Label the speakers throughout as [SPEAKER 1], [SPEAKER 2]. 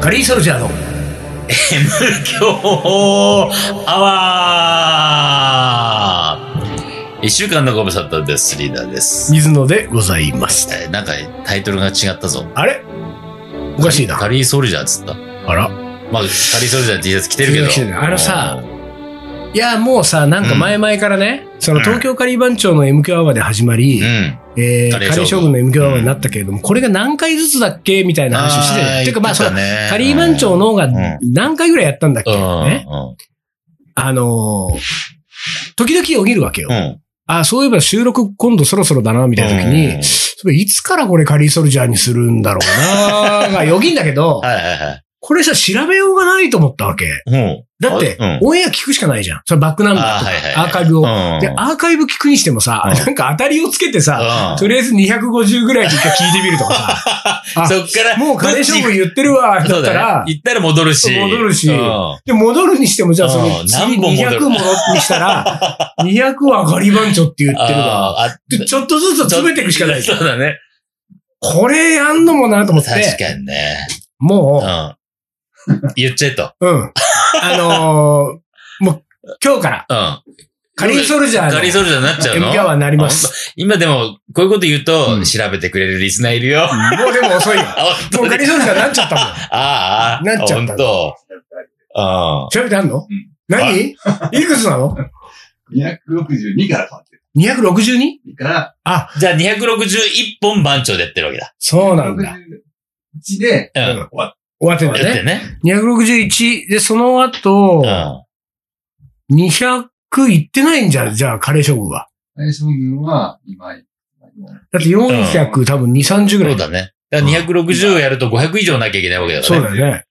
[SPEAKER 1] ーソルジャーの
[SPEAKER 2] M 強アワー一週間のご無沙汰です。リーダーです。
[SPEAKER 1] 水野でございます。
[SPEAKER 2] えーなんかタイトルが違ったぞ。
[SPEAKER 1] あれおかしいな。
[SPEAKER 2] カリーソルジャーっつった。ま
[SPEAKER 1] あら。
[SPEAKER 2] あ、カリーソルジャー T シャツ着てるけど。
[SPEAKER 1] 着てるあのさいや、もうさ、なんか前々からね、その東京カリー番長の M 響アワーで始まり、
[SPEAKER 2] うん、うん。
[SPEAKER 1] えー、
[SPEAKER 2] カ
[SPEAKER 1] カ
[SPEAKER 2] リ
[SPEAKER 1] リ
[SPEAKER 2] ー将
[SPEAKER 1] ー将軍
[SPEAKER 2] 軍
[SPEAKER 1] の M 響アワーになったけれども、これが何回ずつだっけみたいな話をしてたよ
[SPEAKER 2] あー
[SPEAKER 1] ていうか、まあ、そ
[SPEAKER 2] 言
[SPEAKER 1] う
[SPEAKER 2] ってたね
[SPEAKER 1] カリー番長の方が
[SPEAKER 2] ん
[SPEAKER 1] 何回ぐらいやったんだっけ、
[SPEAKER 2] うん。
[SPEAKER 1] ね、あのー時々起きるわけよ。
[SPEAKER 2] うん。うん。
[SPEAKER 1] あ、そういえば収録今度そろそろだな、みたいな時
[SPEAKER 2] うん
[SPEAKER 1] に、それいつからこれカリーソルジャーにするんだろうな、がよぎんだけ ど、
[SPEAKER 2] はいは
[SPEAKER 1] これさ、調べようがないと思ったわけ。
[SPEAKER 2] いはい。うん。
[SPEAKER 1] だって
[SPEAKER 2] あうん、
[SPEAKER 1] オンエア聞くしかないじゃん。それバックナンバーと
[SPEAKER 2] あーはいはい
[SPEAKER 1] か、
[SPEAKER 2] は
[SPEAKER 1] ア
[SPEAKER 2] い
[SPEAKER 1] ーカイブを。
[SPEAKER 2] うん
[SPEAKER 1] で、アーカイブ聞くにしてもさ、
[SPEAKER 2] うん
[SPEAKER 1] なんか当たりをつけてさ、
[SPEAKER 2] うん、
[SPEAKER 1] とりあえず250ぐらいで一回聞いてみるとかさ あ
[SPEAKER 2] そっから、
[SPEAKER 1] もう金勝負
[SPEAKER 2] どっち
[SPEAKER 1] 言ってるわ、だ
[SPEAKER 2] そう
[SPEAKER 1] った
[SPEAKER 2] だ
[SPEAKER 1] ら
[SPEAKER 2] ね。、行ったら戻るし。
[SPEAKER 1] 戻るし
[SPEAKER 2] うん
[SPEAKER 1] で、戻るにしても、じゃあその
[SPEAKER 2] うん
[SPEAKER 1] 次
[SPEAKER 2] 何本戻
[SPEAKER 1] 200
[SPEAKER 2] る
[SPEAKER 1] 戻にしたら、200は ガリバンチョって言ってるわ。
[SPEAKER 2] あーあ
[SPEAKER 1] でちょっとずつ詰めていくしかないじゃん
[SPEAKER 2] そうだね。
[SPEAKER 1] これやんのもなと思っ
[SPEAKER 2] 確
[SPEAKER 1] て、
[SPEAKER 2] かにね。
[SPEAKER 1] も
[SPEAKER 2] うん。言っちゃえと。
[SPEAKER 1] う、うん。あのー、もう、今日から、
[SPEAKER 2] うん。
[SPEAKER 1] カリーソルジャーの
[SPEAKER 2] ガリソルジャーになっちゃう
[SPEAKER 1] M
[SPEAKER 2] の
[SPEAKER 1] キャワーになります。
[SPEAKER 2] 今でも、こういうこと言う
[SPEAKER 1] う
[SPEAKER 2] と、
[SPEAKER 1] ん
[SPEAKER 2] 調べてくれるリスナーいるよ。 あ
[SPEAKER 1] もうでも遅いよ。
[SPEAKER 2] 本当
[SPEAKER 1] もうガリソルジャーになっちゃったもん。
[SPEAKER 2] ああ、
[SPEAKER 1] なっちゃった
[SPEAKER 2] 本当うん。
[SPEAKER 1] 調べてあんの、
[SPEAKER 3] ん
[SPEAKER 1] 何いくつなの
[SPEAKER 3] 262から変わってる。
[SPEAKER 1] ?262?
[SPEAKER 3] 2から、
[SPEAKER 2] じゃあ261本番長でやってるわけだ。
[SPEAKER 1] そうなんだ。
[SPEAKER 3] 61で、
[SPEAKER 2] うん。
[SPEAKER 1] うん終わってんだ
[SPEAKER 2] やって
[SPEAKER 1] ね。
[SPEAKER 2] ね。
[SPEAKER 1] 261。で、その
[SPEAKER 2] う
[SPEAKER 1] 後
[SPEAKER 2] ん。、あ
[SPEAKER 1] 200いってないんじゃん、じゃあ、カレー将軍は。
[SPEAKER 3] 大将軍は今、
[SPEAKER 1] だって400、多分2、30ぐらい
[SPEAKER 2] そ。
[SPEAKER 1] う
[SPEAKER 2] だね。だから260やると500以上なきゃいけないわけだか
[SPEAKER 1] そう
[SPEAKER 2] ら
[SPEAKER 1] だ
[SPEAKER 2] ね。
[SPEAKER 1] よね。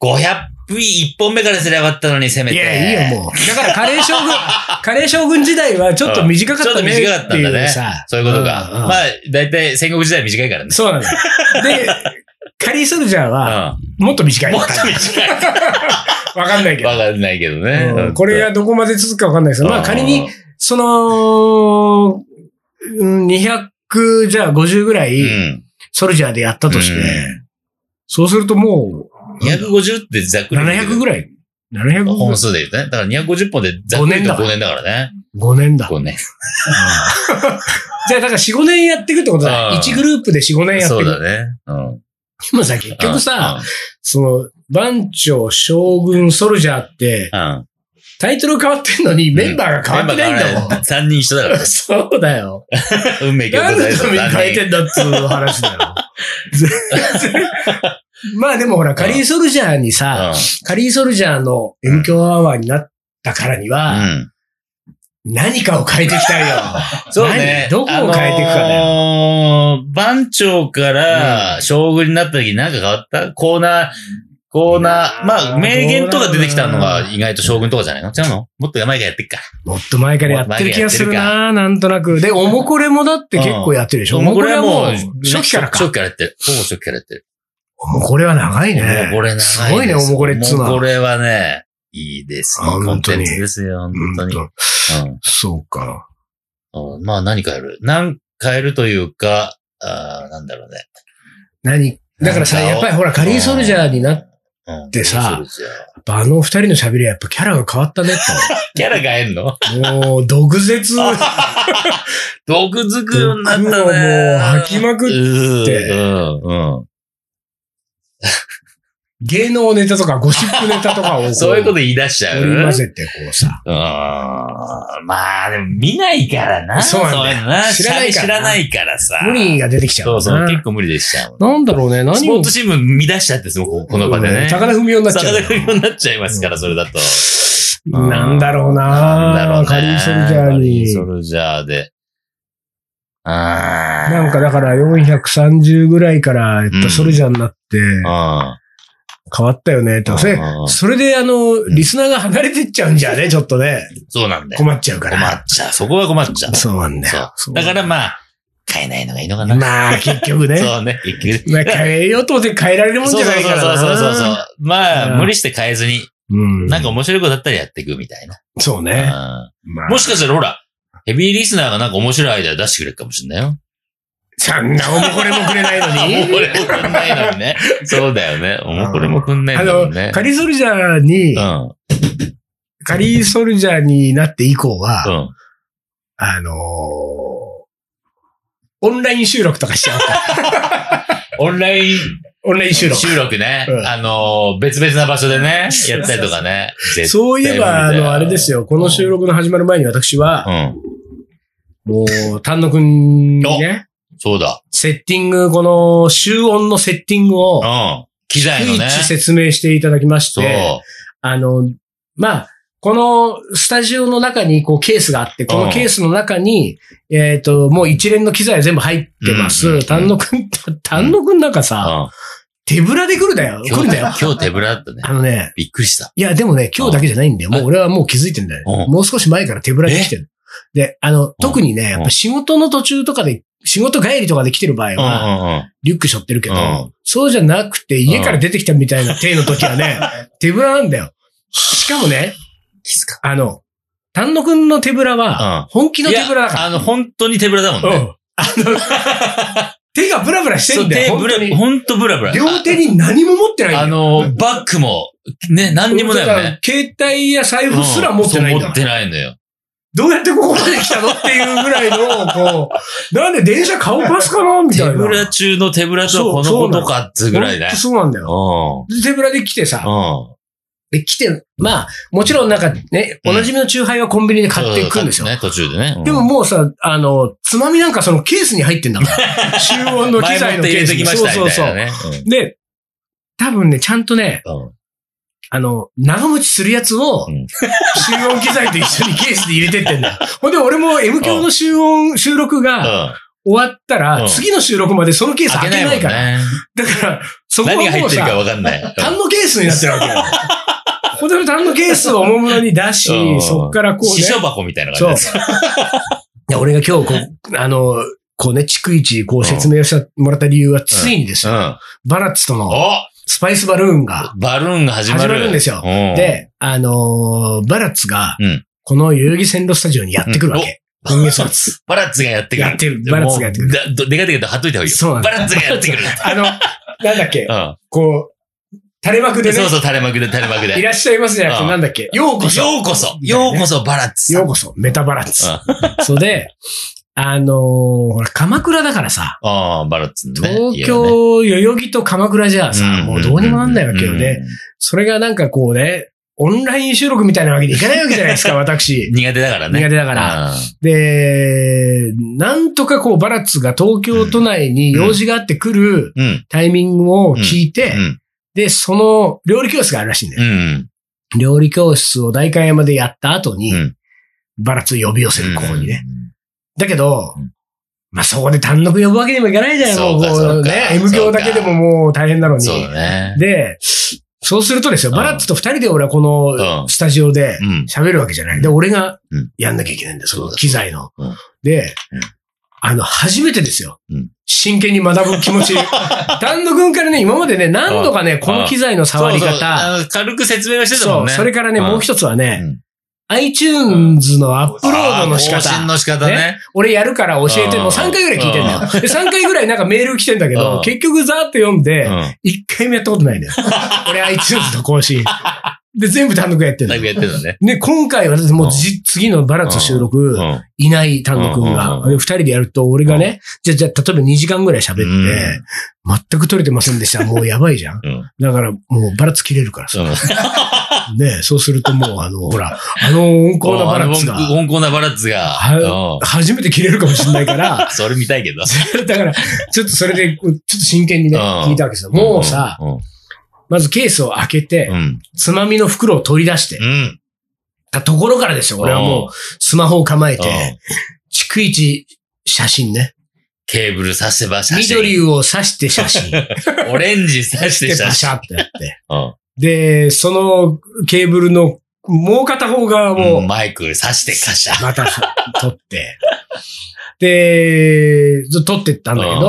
[SPEAKER 2] 500一本目からすればよかったのに、せめ
[SPEAKER 1] い
[SPEAKER 2] て。
[SPEAKER 1] や、いいよ、もう。だから、カレー将軍、 カレー将軍時代はちょっと短かっ
[SPEAKER 2] ちょったと
[SPEAKER 1] ね。
[SPEAKER 2] 短かったんだ
[SPEAKER 1] ていう
[SPEAKER 2] ね
[SPEAKER 1] さ。
[SPEAKER 2] そういうことか。
[SPEAKER 1] うんうん
[SPEAKER 2] まあ、だいたい戦国時代短いからね。
[SPEAKER 1] そうなんだよ。で、カリーソルジャーは、もっと短
[SPEAKER 2] う
[SPEAKER 1] い。
[SPEAKER 2] ん。もっと短い。
[SPEAKER 1] わかんないけど
[SPEAKER 2] わ。かんないけどね。
[SPEAKER 1] うんこれがどこまで続くかわかんないです
[SPEAKER 2] うん、
[SPEAKER 1] まあ仮に、その、うん200、じゃあ50ぐら
[SPEAKER 2] う
[SPEAKER 1] い、
[SPEAKER 2] ん、
[SPEAKER 1] ソルジャーでやったとして、
[SPEAKER 2] うん
[SPEAKER 1] そうするともう、
[SPEAKER 2] 250ってざっくり。
[SPEAKER 1] 700ぐらい。700
[SPEAKER 2] 本数で言うとね。だから250本でざっくりと5年だからね。
[SPEAKER 1] 5年だ。
[SPEAKER 2] 5年。
[SPEAKER 1] じゃあだから4、5年やっていくってことだ。
[SPEAKER 2] うん
[SPEAKER 1] 1グループで4、5年やってい
[SPEAKER 2] そう
[SPEAKER 1] く。
[SPEAKER 2] だね。うん。
[SPEAKER 1] でもさ、結局さ、その、番長、将軍、ソルジャーって、
[SPEAKER 2] うん、うん。
[SPEAKER 1] タイトル変わってんのにメンバーが変わってないんだもん。。
[SPEAKER 2] 3人一緒だからね
[SPEAKER 1] そうだよ。
[SPEAKER 2] 運命共
[SPEAKER 1] 何
[SPEAKER 2] 同
[SPEAKER 1] の
[SPEAKER 2] 体操
[SPEAKER 1] ために変え
[SPEAKER 2] 三人
[SPEAKER 1] てんだっつう話だよ。 全然。まあでもほら、カリーソルジャーにさ、カリーソルジャーの M 響アワーになったからに
[SPEAKER 2] う
[SPEAKER 1] は、
[SPEAKER 2] ん。うん
[SPEAKER 1] 何かを変えていきたい よ。
[SPEAKER 2] そうね
[SPEAKER 1] 何。どこを変えていくかだよ
[SPEAKER 2] よ。番長から将軍になった時なんか変わったコーナー、コーナー、まあ、名言とか出てきたのが意外と将軍とかじゃないの違うのもっと前からやってっか。
[SPEAKER 1] もっと前からやってる気がする
[SPEAKER 2] もっと前
[SPEAKER 1] な、なんとなく。で、おもこれもだって結構やってるでしょ。おもこれはもう、初期から
[SPEAKER 2] 初
[SPEAKER 1] か。
[SPEAKER 2] 期からやってる。ほぼ初期からやってる。
[SPEAKER 1] おもこれは長いね。
[SPEAKER 2] おもこれ長いです。
[SPEAKER 1] すごいね、おもこれっつうの
[SPEAKER 2] おもこ
[SPEAKER 1] は。
[SPEAKER 2] れはね、いいです。いいコンテンツですよ、本当に。
[SPEAKER 1] うんとそうか。
[SPEAKER 2] うんうんまあ何変える何変えるというか、あーなんだろうね。
[SPEAKER 1] 何だからさ、
[SPEAKER 2] なんか
[SPEAKER 1] やっぱりほら、カリーソルジャーになっ
[SPEAKER 2] うん
[SPEAKER 1] でさ
[SPEAKER 2] そうですよ
[SPEAKER 1] たあの二人の喋りはやっぱキャラが変わったねって。
[SPEAKER 2] キャラ変え んの
[SPEAKER 1] もう、毒舌。
[SPEAKER 2] 毒づくようになったね。
[SPEAKER 1] 毒をもう吐きまくって
[SPEAKER 2] うん、うん、
[SPEAKER 1] 芸能ネタとかゴシップネタとかを
[SPEAKER 2] う
[SPEAKER 1] こ
[SPEAKER 2] ん。そういうこと言い出しちゃう。
[SPEAKER 1] 織り交ぜて、こうさ。
[SPEAKER 2] うーんまあ、でも見ないからな。
[SPEAKER 1] そうなんだよ
[SPEAKER 2] いうのな。
[SPEAKER 1] 知らないからな
[SPEAKER 2] 知らないからさ。
[SPEAKER 1] 無理が出てきちゃう
[SPEAKER 2] そ
[SPEAKER 1] な。
[SPEAKER 2] うそう、結構無理でしちゃう。
[SPEAKER 1] なんだろうね、
[SPEAKER 2] ス
[SPEAKER 1] 何
[SPEAKER 2] ポ
[SPEAKER 1] を
[SPEAKER 2] ーツ。新聞見出しちゃってす、ここの場でね。
[SPEAKER 1] 高田文雄になっちゃ
[SPEAKER 2] 魚
[SPEAKER 1] う。
[SPEAKER 2] 食い物になっちゃいますから、それだと。うん
[SPEAKER 1] なんだろう
[SPEAKER 2] な
[SPEAKER 1] な
[SPEAKER 2] んだろうね。
[SPEAKER 1] カリーソルジャー
[SPEAKER 2] カリーソ
[SPEAKER 1] に。
[SPEAKER 2] ルジャーで。あー
[SPEAKER 1] なんかだから430ぐらいから、えっ
[SPEAKER 2] うん
[SPEAKER 1] と、ソルジャーになって
[SPEAKER 2] うん。
[SPEAKER 1] 変わったよね、と。それ
[SPEAKER 2] う、ん
[SPEAKER 1] それであの、リスナーが離れてっちゃうんじゃね、ちょっとね。
[SPEAKER 2] そうなんだよ。
[SPEAKER 1] 困っちゃうか
[SPEAKER 2] 困
[SPEAKER 1] ら。
[SPEAKER 2] っちゃう。そこは困っちゃう。
[SPEAKER 1] そうなんだよ。
[SPEAKER 2] そう。だからまあ、変えないのがいいのかな。
[SPEAKER 1] まあ、結局 ね。
[SPEAKER 2] そうね。結局
[SPEAKER 1] まあ、変えようと思って変えられるもん
[SPEAKER 2] そ
[SPEAKER 1] じ
[SPEAKER 2] う
[SPEAKER 1] ゃ
[SPEAKER 2] そ
[SPEAKER 1] な
[SPEAKER 2] う
[SPEAKER 1] いから
[SPEAKER 2] そう
[SPEAKER 1] な。
[SPEAKER 2] そうそうそう。ま
[SPEAKER 1] う
[SPEAKER 2] あ、
[SPEAKER 1] ん
[SPEAKER 2] 無理して変えずに、
[SPEAKER 1] うん。
[SPEAKER 2] なんか面白いことだったらやっていくみたいな。
[SPEAKER 1] そうね。
[SPEAKER 2] うん
[SPEAKER 1] まあ
[SPEAKER 2] もしかしたらほら、ヘビーリスナーがなんか面白いアイデア出してくれるかもしれないよ。
[SPEAKER 1] そんなおもこれもくれないの
[SPEAKER 2] あ、もうこ
[SPEAKER 1] に。
[SPEAKER 2] れもくんないのにね。そうだよね。もうこれもくんない
[SPEAKER 1] あ
[SPEAKER 2] の
[SPEAKER 1] の
[SPEAKER 2] にね、。
[SPEAKER 1] カリーソルジャーに、
[SPEAKER 2] うん。うん。
[SPEAKER 1] カリーソルジャーになって以降は、
[SPEAKER 2] あ
[SPEAKER 1] あのーオンライン収録とかしちゃう から。
[SPEAKER 2] オンライン
[SPEAKER 1] オンライン収録。
[SPEAKER 2] 収録ね
[SPEAKER 1] う。ん
[SPEAKER 2] あのー、別々な場所でね、
[SPEAKER 1] そう
[SPEAKER 2] やったりとかね。絶
[SPEAKER 1] そういえば、あ
[SPEAKER 2] 絶対無理だよ
[SPEAKER 1] の、あれですよ、この収録の始まる前に私は、
[SPEAKER 2] うん。
[SPEAKER 1] もう、丹野くんにね、
[SPEAKER 2] そうだ。
[SPEAKER 1] セッティング、この、集音のセッティングを
[SPEAKER 2] う、ん。機材の
[SPEAKER 1] 逐
[SPEAKER 2] ね。
[SPEAKER 1] 一説明していただきまし
[SPEAKER 2] そう。
[SPEAKER 1] て、あの、まあ、このスタジオの中にこうケースがあって、こ
[SPEAKER 2] うん
[SPEAKER 1] のケースの中に、えっ、と、もう一連の機材全部入ってま
[SPEAKER 2] うんうんうん
[SPEAKER 1] す。丹野くん、 丹野くんなんかさ、
[SPEAKER 2] うん
[SPEAKER 1] 手ぶらで来るだよ。来
[SPEAKER 2] 今
[SPEAKER 1] る
[SPEAKER 2] 日
[SPEAKER 1] んだよ。
[SPEAKER 2] 今日手ぶらだったね
[SPEAKER 1] あ。のね、
[SPEAKER 2] びっくりした。
[SPEAKER 1] いや、でもね、今日だけじゃないんだよ。
[SPEAKER 2] うん
[SPEAKER 1] もう俺はもう気づいてんだよ。
[SPEAKER 2] うん
[SPEAKER 1] もう少し前から手ぶらで来てる。で、あの、特にね、やっ
[SPEAKER 2] うん
[SPEAKER 1] ぱ仕事の途中とかで、仕事帰りとかで来てる場合
[SPEAKER 2] うんう
[SPEAKER 1] は、
[SPEAKER 2] んうん。
[SPEAKER 1] リュック背負ってるけど、
[SPEAKER 2] うん
[SPEAKER 1] そうじゃなくて、家から出てきたみたい な手の時はね、手ぶらなんだよ。しかもね、
[SPEAKER 2] 気づか
[SPEAKER 1] あの、丹野くんの手ぶらは、
[SPEAKER 2] うん。
[SPEAKER 1] 本気の
[SPEAKER 2] い
[SPEAKER 1] 手ぶらだ
[SPEAKER 2] や、
[SPEAKER 1] か
[SPEAKER 2] あの、本当に手ぶらだもん
[SPEAKER 1] ら。う
[SPEAKER 2] ね。
[SPEAKER 1] ん。あの、 手がブラブラして
[SPEAKER 2] そ
[SPEAKER 1] る
[SPEAKER 2] うん
[SPEAKER 1] だ
[SPEAKER 2] 手
[SPEAKER 1] よ。
[SPEAKER 2] ぶ
[SPEAKER 1] 本
[SPEAKER 2] ら
[SPEAKER 1] 当、に。
[SPEAKER 2] 本当ブラブラ。
[SPEAKER 1] 両手に何も持ってないんだ
[SPEAKER 2] あ
[SPEAKER 1] よ。
[SPEAKER 2] の、バッグも、ね、何にもだよね。
[SPEAKER 1] から携帯や財布すら持ってないん
[SPEAKER 2] そう
[SPEAKER 1] だ
[SPEAKER 2] 持ってないのよ。
[SPEAKER 1] どうやってここまで来たのっていうぐらいの、こう、なんで電車顔パスかなみたい
[SPEAKER 2] 手
[SPEAKER 1] な。
[SPEAKER 2] ぶら中の手ぶらとはこの
[SPEAKER 1] そう
[SPEAKER 2] ことかっつうぐらいね
[SPEAKER 1] ほんと。そうなんだ
[SPEAKER 2] う
[SPEAKER 1] よ。
[SPEAKER 2] ん。
[SPEAKER 1] 手ぶらで来てさ、
[SPEAKER 2] うん。
[SPEAKER 1] で来て、まあ、もちろんなんかね、
[SPEAKER 2] うん
[SPEAKER 1] おなじみのチューハイはコンビニで買っていくんですよ。
[SPEAKER 2] ね、途中でね。うん
[SPEAKER 1] でももうさ、あの、つまみなんかそのケースに入ってんだ から。集音の機材の
[SPEAKER 2] 前
[SPEAKER 1] ケ
[SPEAKER 2] も
[SPEAKER 1] ース
[SPEAKER 2] って入れて
[SPEAKER 1] に。
[SPEAKER 2] きまし
[SPEAKER 1] そう
[SPEAKER 2] た
[SPEAKER 1] そう
[SPEAKER 2] み
[SPEAKER 1] そ。
[SPEAKER 2] たいうなね。
[SPEAKER 1] で、多分ね、ちゃんとね、
[SPEAKER 2] うんうん
[SPEAKER 1] あの、長持ちするやつを
[SPEAKER 2] うん、
[SPEAKER 1] 集音機材と一緒にケースで入れてってん だよ。ほんで、俺も M 響の集音、収録が、
[SPEAKER 2] うん
[SPEAKER 1] 終わった
[SPEAKER 2] う
[SPEAKER 1] ら、
[SPEAKER 2] ん
[SPEAKER 1] 次の収録までそのケース開
[SPEAKER 2] 開
[SPEAKER 1] け
[SPEAKER 2] け
[SPEAKER 1] な
[SPEAKER 2] ないい
[SPEAKER 1] か。
[SPEAKER 2] かららね。
[SPEAKER 1] だから、そこ
[SPEAKER 2] 何
[SPEAKER 1] は
[SPEAKER 2] が入
[SPEAKER 1] も
[SPEAKER 2] っ
[SPEAKER 1] う
[SPEAKER 2] てるか
[SPEAKER 1] さ、
[SPEAKER 2] わかんない。うん
[SPEAKER 1] 単のケースになってるわけ よ。これで単のケースをおもむろに出し
[SPEAKER 2] うん、
[SPEAKER 1] そっからこう
[SPEAKER 2] 師匠
[SPEAKER 1] ね。
[SPEAKER 2] 箱みたいな
[SPEAKER 1] そう。
[SPEAKER 2] 感
[SPEAKER 1] い
[SPEAKER 2] じ
[SPEAKER 1] や、俺が今日こう、あの、こうね、逐一こう説明をしてもらった理由は、ついにです
[SPEAKER 2] う
[SPEAKER 1] よ、
[SPEAKER 2] ん。
[SPEAKER 1] バラッツとの
[SPEAKER 2] お
[SPEAKER 1] スパイスバルーンが、
[SPEAKER 2] バルーンが始まる。
[SPEAKER 1] 始まるんですよ
[SPEAKER 2] う。
[SPEAKER 1] で、あのーバラッツが
[SPEAKER 2] うん、
[SPEAKER 1] この代々木線路スタジオにやってくるわけ。今月末。
[SPEAKER 2] バラッツがやってくる。
[SPEAKER 1] やってるバラッツがやってくる
[SPEAKER 2] もう。だどでかでかと貼っといた方がいいよ。
[SPEAKER 1] そうなん
[SPEAKER 2] バ
[SPEAKER 1] だ
[SPEAKER 2] ラッツがやってくる。
[SPEAKER 1] あの、なんだっけ
[SPEAKER 2] う、ん。
[SPEAKER 1] こう、垂れ幕で
[SPEAKER 2] で
[SPEAKER 1] ね
[SPEAKER 2] そ、うそう、垂れ幕で垂れ幕で。
[SPEAKER 1] いらっしゃいますじゃなく
[SPEAKER 2] う
[SPEAKER 1] て、
[SPEAKER 2] ん
[SPEAKER 1] なんだっけようこそ
[SPEAKER 2] ようこそ、ようこそバラッツ。
[SPEAKER 1] ようこそ、メタバラッツ。それで、あのーほら、鎌倉だからさ、
[SPEAKER 2] ああ、バラッツね。
[SPEAKER 1] 東京、代々木と鎌倉じゃ
[SPEAKER 2] いいよ
[SPEAKER 1] さ、
[SPEAKER 2] ね
[SPEAKER 1] もうどうにもなんないわけよね。。それがなんかこうね、オンライン収録みたいなわけにいかないわけじゃないです か、
[SPEAKER 2] う
[SPEAKER 1] 私
[SPEAKER 2] ん。苦手だからね。
[SPEAKER 1] 苦手だから。で、なんとかこう、バラッツが東京都内に用事があって来る
[SPEAKER 2] うん。うん。
[SPEAKER 1] タイミングを聞いて、
[SPEAKER 2] うん。
[SPEAKER 1] で、その料理教室があるらしいんだよ
[SPEAKER 2] う。ん。
[SPEAKER 1] 料理教室を代官山でやった後に、
[SPEAKER 2] うん
[SPEAKER 1] バラッツ呼び寄せる、ここにね。だけど、
[SPEAKER 2] うん
[SPEAKER 1] まあそこで単独呼ぶわけにもいかないじゃん。
[SPEAKER 2] そうか
[SPEAKER 1] も
[SPEAKER 2] そううか
[SPEAKER 1] ね、
[SPEAKER 2] そう
[SPEAKER 1] M
[SPEAKER 2] か
[SPEAKER 1] 教だけでももう大変なの
[SPEAKER 2] うん。
[SPEAKER 1] に。
[SPEAKER 2] そうだね。
[SPEAKER 1] で、そうするとですよ、
[SPEAKER 2] うん
[SPEAKER 1] バラッツと二人で俺はこ
[SPEAKER 2] うん
[SPEAKER 1] のスタジオで
[SPEAKER 2] うん。
[SPEAKER 1] 喋るわけじゃな
[SPEAKER 2] う
[SPEAKER 1] い。
[SPEAKER 2] ん
[SPEAKER 1] で、俺が
[SPEAKER 2] うん
[SPEAKER 1] やんなきゃいけないんだよ、そ
[SPEAKER 2] そう
[SPEAKER 1] の
[SPEAKER 2] だ
[SPEAKER 1] 機材の
[SPEAKER 2] うん。
[SPEAKER 1] で
[SPEAKER 2] うん、
[SPEAKER 1] あの、初めてですよ
[SPEAKER 2] うん。
[SPEAKER 1] 真剣に学ぶ気持 ち。単独君からね、今までね、何度かね、この機材の触り
[SPEAKER 2] そうそう
[SPEAKER 1] 方、
[SPEAKER 2] あの軽く説明はしてたも
[SPEAKER 1] そ
[SPEAKER 2] ん
[SPEAKER 1] う、
[SPEAKER 2] ね。
[SPEAKER 1] それからね、
[SPEAKER 2] うん
[SPEAKER 1] もう一つは
[SPEAKER 2] う
[SPEAKER 1] ね、
[SPEAKER 2] ん
[SPEAKER 1] iTunes のアップロードの仕
[SPEAKER 2] あー更
[SPEAKER 1] 方
[SPEAKER 2] 新。の仕方ね。
[SPEAKER 1] 俺やるから教えて、
[SPEAKER 2] うん
[SPEAKER 1] もう3回ぐらい聞いてんだよ。で、3回ぐらいなんかメール来てんだけ
[SPEAKER 2] うん
[SPEAKER 1] ど、結局ザーって読ん
[SPEAKER 2] う
[SPEAKER 1] で、
[SPEAKER 2] ん。
[SPEAKER 1] 1回もやったことないんだ よ。俺 iTunes の更新。で、全部単独やってんだ
[SPEAKER 2] だいぶ
[SPEAKER 1] よ。
[SPEAKER 2] やってるのね。
[SPEAKER 1] で、今回はもうじ次のバラッツ収録
[SPEAKER 2] う、ん。
[SPEAKER 1] いない単独
[SPEAKER 2] う
[SPEAKER 1] が
[SPEAKER 2] ん。うん
[SPEAKER 1] で、2人でやると、俺がね、じゃあ、じゃあ、例えば2時間ぐらい喋って
[SPEAKER 2] うん、
[SPEAKER 1] 全く撮れてませんでした。もうやばいじゃん。
[SPEAKER 2] うん。
[SPEAKER 1] だから、もうバラッツ切れるからさ。
[SPEAKER 2] うん
[SPEAKER 1] ね、そうするともう、あの、ほら、あの温厚なバラッツが、
[SPEAKER 2] 温厚なバラッツが。
[SPEAKER 1] は
[SPEAKER 2] うん
[SPEAKER 1] 初めて切れるかもしれないから、
[SPEAKER 2] それ見たいけど。
[SPEAKER 1] だから、ちょっとそれで、こうちょっと真剣にね、
[SPEAKER 2] うん
[SPEAKER 1] 聞いたわけですよ。もうさ、
[SPEAKER 2] うん。
[SPEAKER 1] まずケースを開けて
[SPEAKER 2] う、ん。
[SPEAKER 1] つまみの袋を取り出して
[SPEAKER 2] う、ん。
[SPEAKER 1] たところからですよ。俺はもう、スマホを構えて、逐一、写真ね。
[SPEAKER 2] ケーブル刺せば写真。
[SPEAKER 1] 緑を刺して写 真。
[SPEAKER 2] オレンジ刺して
[SPEAKER 1] で、
[SPEAKER 2] 写
[SPEAKER 1] パシ
[SPEAKER 2] 真。
[SPEAKER 1] ャってやって。
[SPEAKER 2] うん
[SPEAKER 1] で、そのケーブルの、もう片方側
[SPEAKER 2] も
[SPEAKER 1] も
[SPEAKER 2] う、マイク刺してカシャ。
[SPEAKER 1] また撮って。で、ずっと撮ってったんだけど、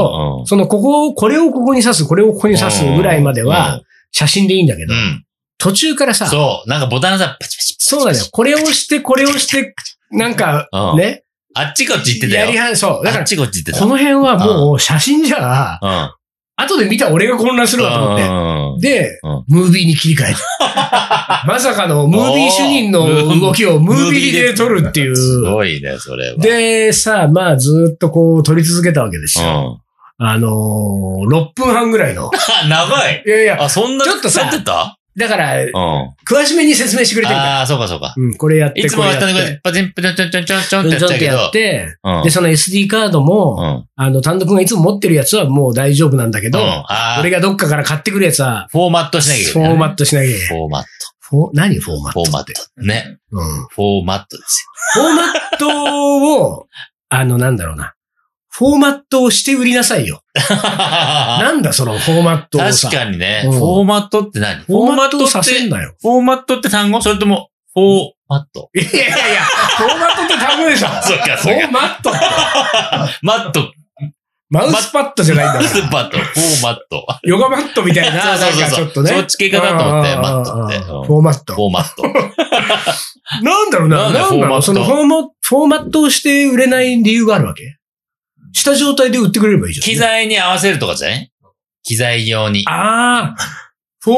[SPEAKER 2] ど
[SPEAKER 1] その、ここを、これをここに刺す、これをここに刺すぐらいまでは、、写真でいいんだけ
[SPEAKER 2] うん
[SPEAKER 1] ど
[SPEAKER 2] う、ん。
[SPEAKER 1] 途中からさ、
[SPEAKER 2] そう。なんかボタンさ、パチパチ。
[SPEAKER 1] そうなんだよ。これをして、これをして、なんか
[SPEAKER 2] うん
[SPEAKER 1] ね、
[SPEAKER 2] あっちこっち行ってた
[SPEAKER 1] やり
[SPEAKER 2] よ。
[SPEAKER 1] はん、そう。だか
[SPEAKER 2] あ
[SPEAKER 1] ら
[SPEAKER 2] っ、ちこっち行ってた。
[SPEAKER 1] この辺はもう写真じゃ、
[SPEAKER 2] うん。
[SPEAKER 1] 後で見た俺が混乱するわと思って。
[SPEAKER 2] うん
[SPEAKER 1] で、
[SPEAKER 2] うん
[SPEAKER 1] ムービーに切り替え た。まさかのムービー主任の動きをムービーで撮るってい
[SPEAKER 2] す
[SPEAKER 1] う。
[SPEAKER 2] ごいね、それは。
[SPEAKER 1] で、さあ、まあ、ずーっとこう撮り続けたわけです
[SPEAKER 2] うん。
[SPEAKER 1] よ。
[SPEAKER 2] あ
[SPEAKER 1] あのー、6分半ぐらい の。
[SPEAKER 2] 長い
[SPEAKER 1] いやいや、
[SPEAKER 2] あ、そんな、
[SPEAKER 1] ちょっとさ
[SPEAKER 2] やってた
[SPEAKER 1] だから、
[SPEAKER 2] うん。
[SPEAKER 1] 詳しめに説明してくれてるから。
[SPEAKER 2] ああ、そうかそうか。
[SPEAKER 1] うん、これやって、
[SPEAKER 2] いつも
[SPEAKER 1] こ
[SPEAKER 2] は
[SPEAKER 1] れや
[SPEAKER 2] やっ
[SPEAKER 1] った
[SPEAKER 2] の
[SPEAKER 1] て。
[SPEAKER 2] が、パチンパチンチョンチョンチョ
[SPEAKER 1] うん
[SPEAKER 2] ンチョンってやっ
[SPEAKER 1] ちょっ
[SPEAKER 2] ちゃう
[SPEAKER 1] と
[SPEAKER 2] け
[SPEAKER 1] やっ
[SPEAKER 2] ど。
[SPEAKER 1] て、
[SPEAKER 2] うん。
[SPEAKER 1] で、その SD カード
[SPEAKER 2] う
[SPEAKER 1] も、
[SPEAKER 2] ん。
[SPEAKER 1] あの、単独がいつも持ってるやつはもう大丈夫なんだけ
[SPEAKER 2] う
[SPEAKER 1] ど
[SPEAKER 2] ん、ああ
[SPEAKER 1] 俺、がどっかから買ってくるやつは、
[SPEAKER 2] フォーマットしなきゃいけ
[SPEAKER 1] フ
[SPEAKER 2] ない。
[SPEAKER 1] ォーマットしなきゃいけない。
[SPEAKER 2] フォーマッ
[SPEAKER 1] フォー何フォーマッ
[SPEAKER 2] ト。
[SPEAKER 1] ト
[SPEAKER 2] フォーマッ
[SPEAKER 1] って。
[SPEAKER 2] ト。ね。
[SPEAKER 1] うん。
[SPEAKER 2] フォーマットです
[SPEAKER 1] フォーマットを、あの、なんだろうな。フォーマットをして売りなさいよ。
[SPEAKER 2] よ。
[SPEAKER 1] なんだそのフォーマットをさ。
[SPEAKER 2] 確かにね。
[SPEAKER 1] うん
[SPEAKER 2] フォーマットって何
[SPEAKER 1] フォーマットをさ
[SPEAKER 2] フォーマ
[SPEAKER 1] せん
[SPEAKER 2] ットって、
[SPEAKER 1] なよ。
[SPEAKER 2] フォーマットって単語それとも、フォーマット。
[SPEAKER 1] いやいやいや、フォーマットって単語でしょ。
[SPEAKER 2] そうか、
[SPEAKER 1] フ
[SPEAKER 2] そう
[SPEAKER 1] ォー
[SPEAKER 2] か。
[SPEAKER 1] マットって。
[SPEAKER 2] マット。
[SPEAKER 1] マウスパッドじゃないんだ
[SPEAKER 2] ス
[SPEAKER 1] から。
[SPEAKER 2] パット。フォーマット。
[SPEAKER 1] ヨガマットみたいな、
[SPEAKER 2] そう
[SPEAKER 1] なん
[SPEAKER 2] そ
[SPEAKER 1] か
[SPEAKER 2] うそう
[SPEAKER 1] ち
[SPEAKER 2] そう
[SPEAKER 1] ょっとね。
[SPEAKER 2] そっち系かなと思って
[SPEAKER 1] うん
[SPEAKER 2] マットって
[SPEAKER 1] うん
[SPEAKER 2] うん
[SPEAKER 1] フォーマッ
[SPEAKER 2] フ
[SPEAKER 1] ト。
[SPEAKER 2] ォーマット。
[SPEAKER 1] なんだろうな。
[SPEAKER 2] なんだ
[SPEAKER 1] なんだ
[SPEAKER 2] フォー
[SPEAKER 1] ろ
[SPEAKER 2] マット
[SPEAKER 1] う。そのフォーマフォーマットをして売れない理由があるわけした状態で売ってくれればいいじゃん。
[SPEAKER 2] 機材に合わせるとかじゃない機材用に。
[SPEAKER 1] ああ、フォ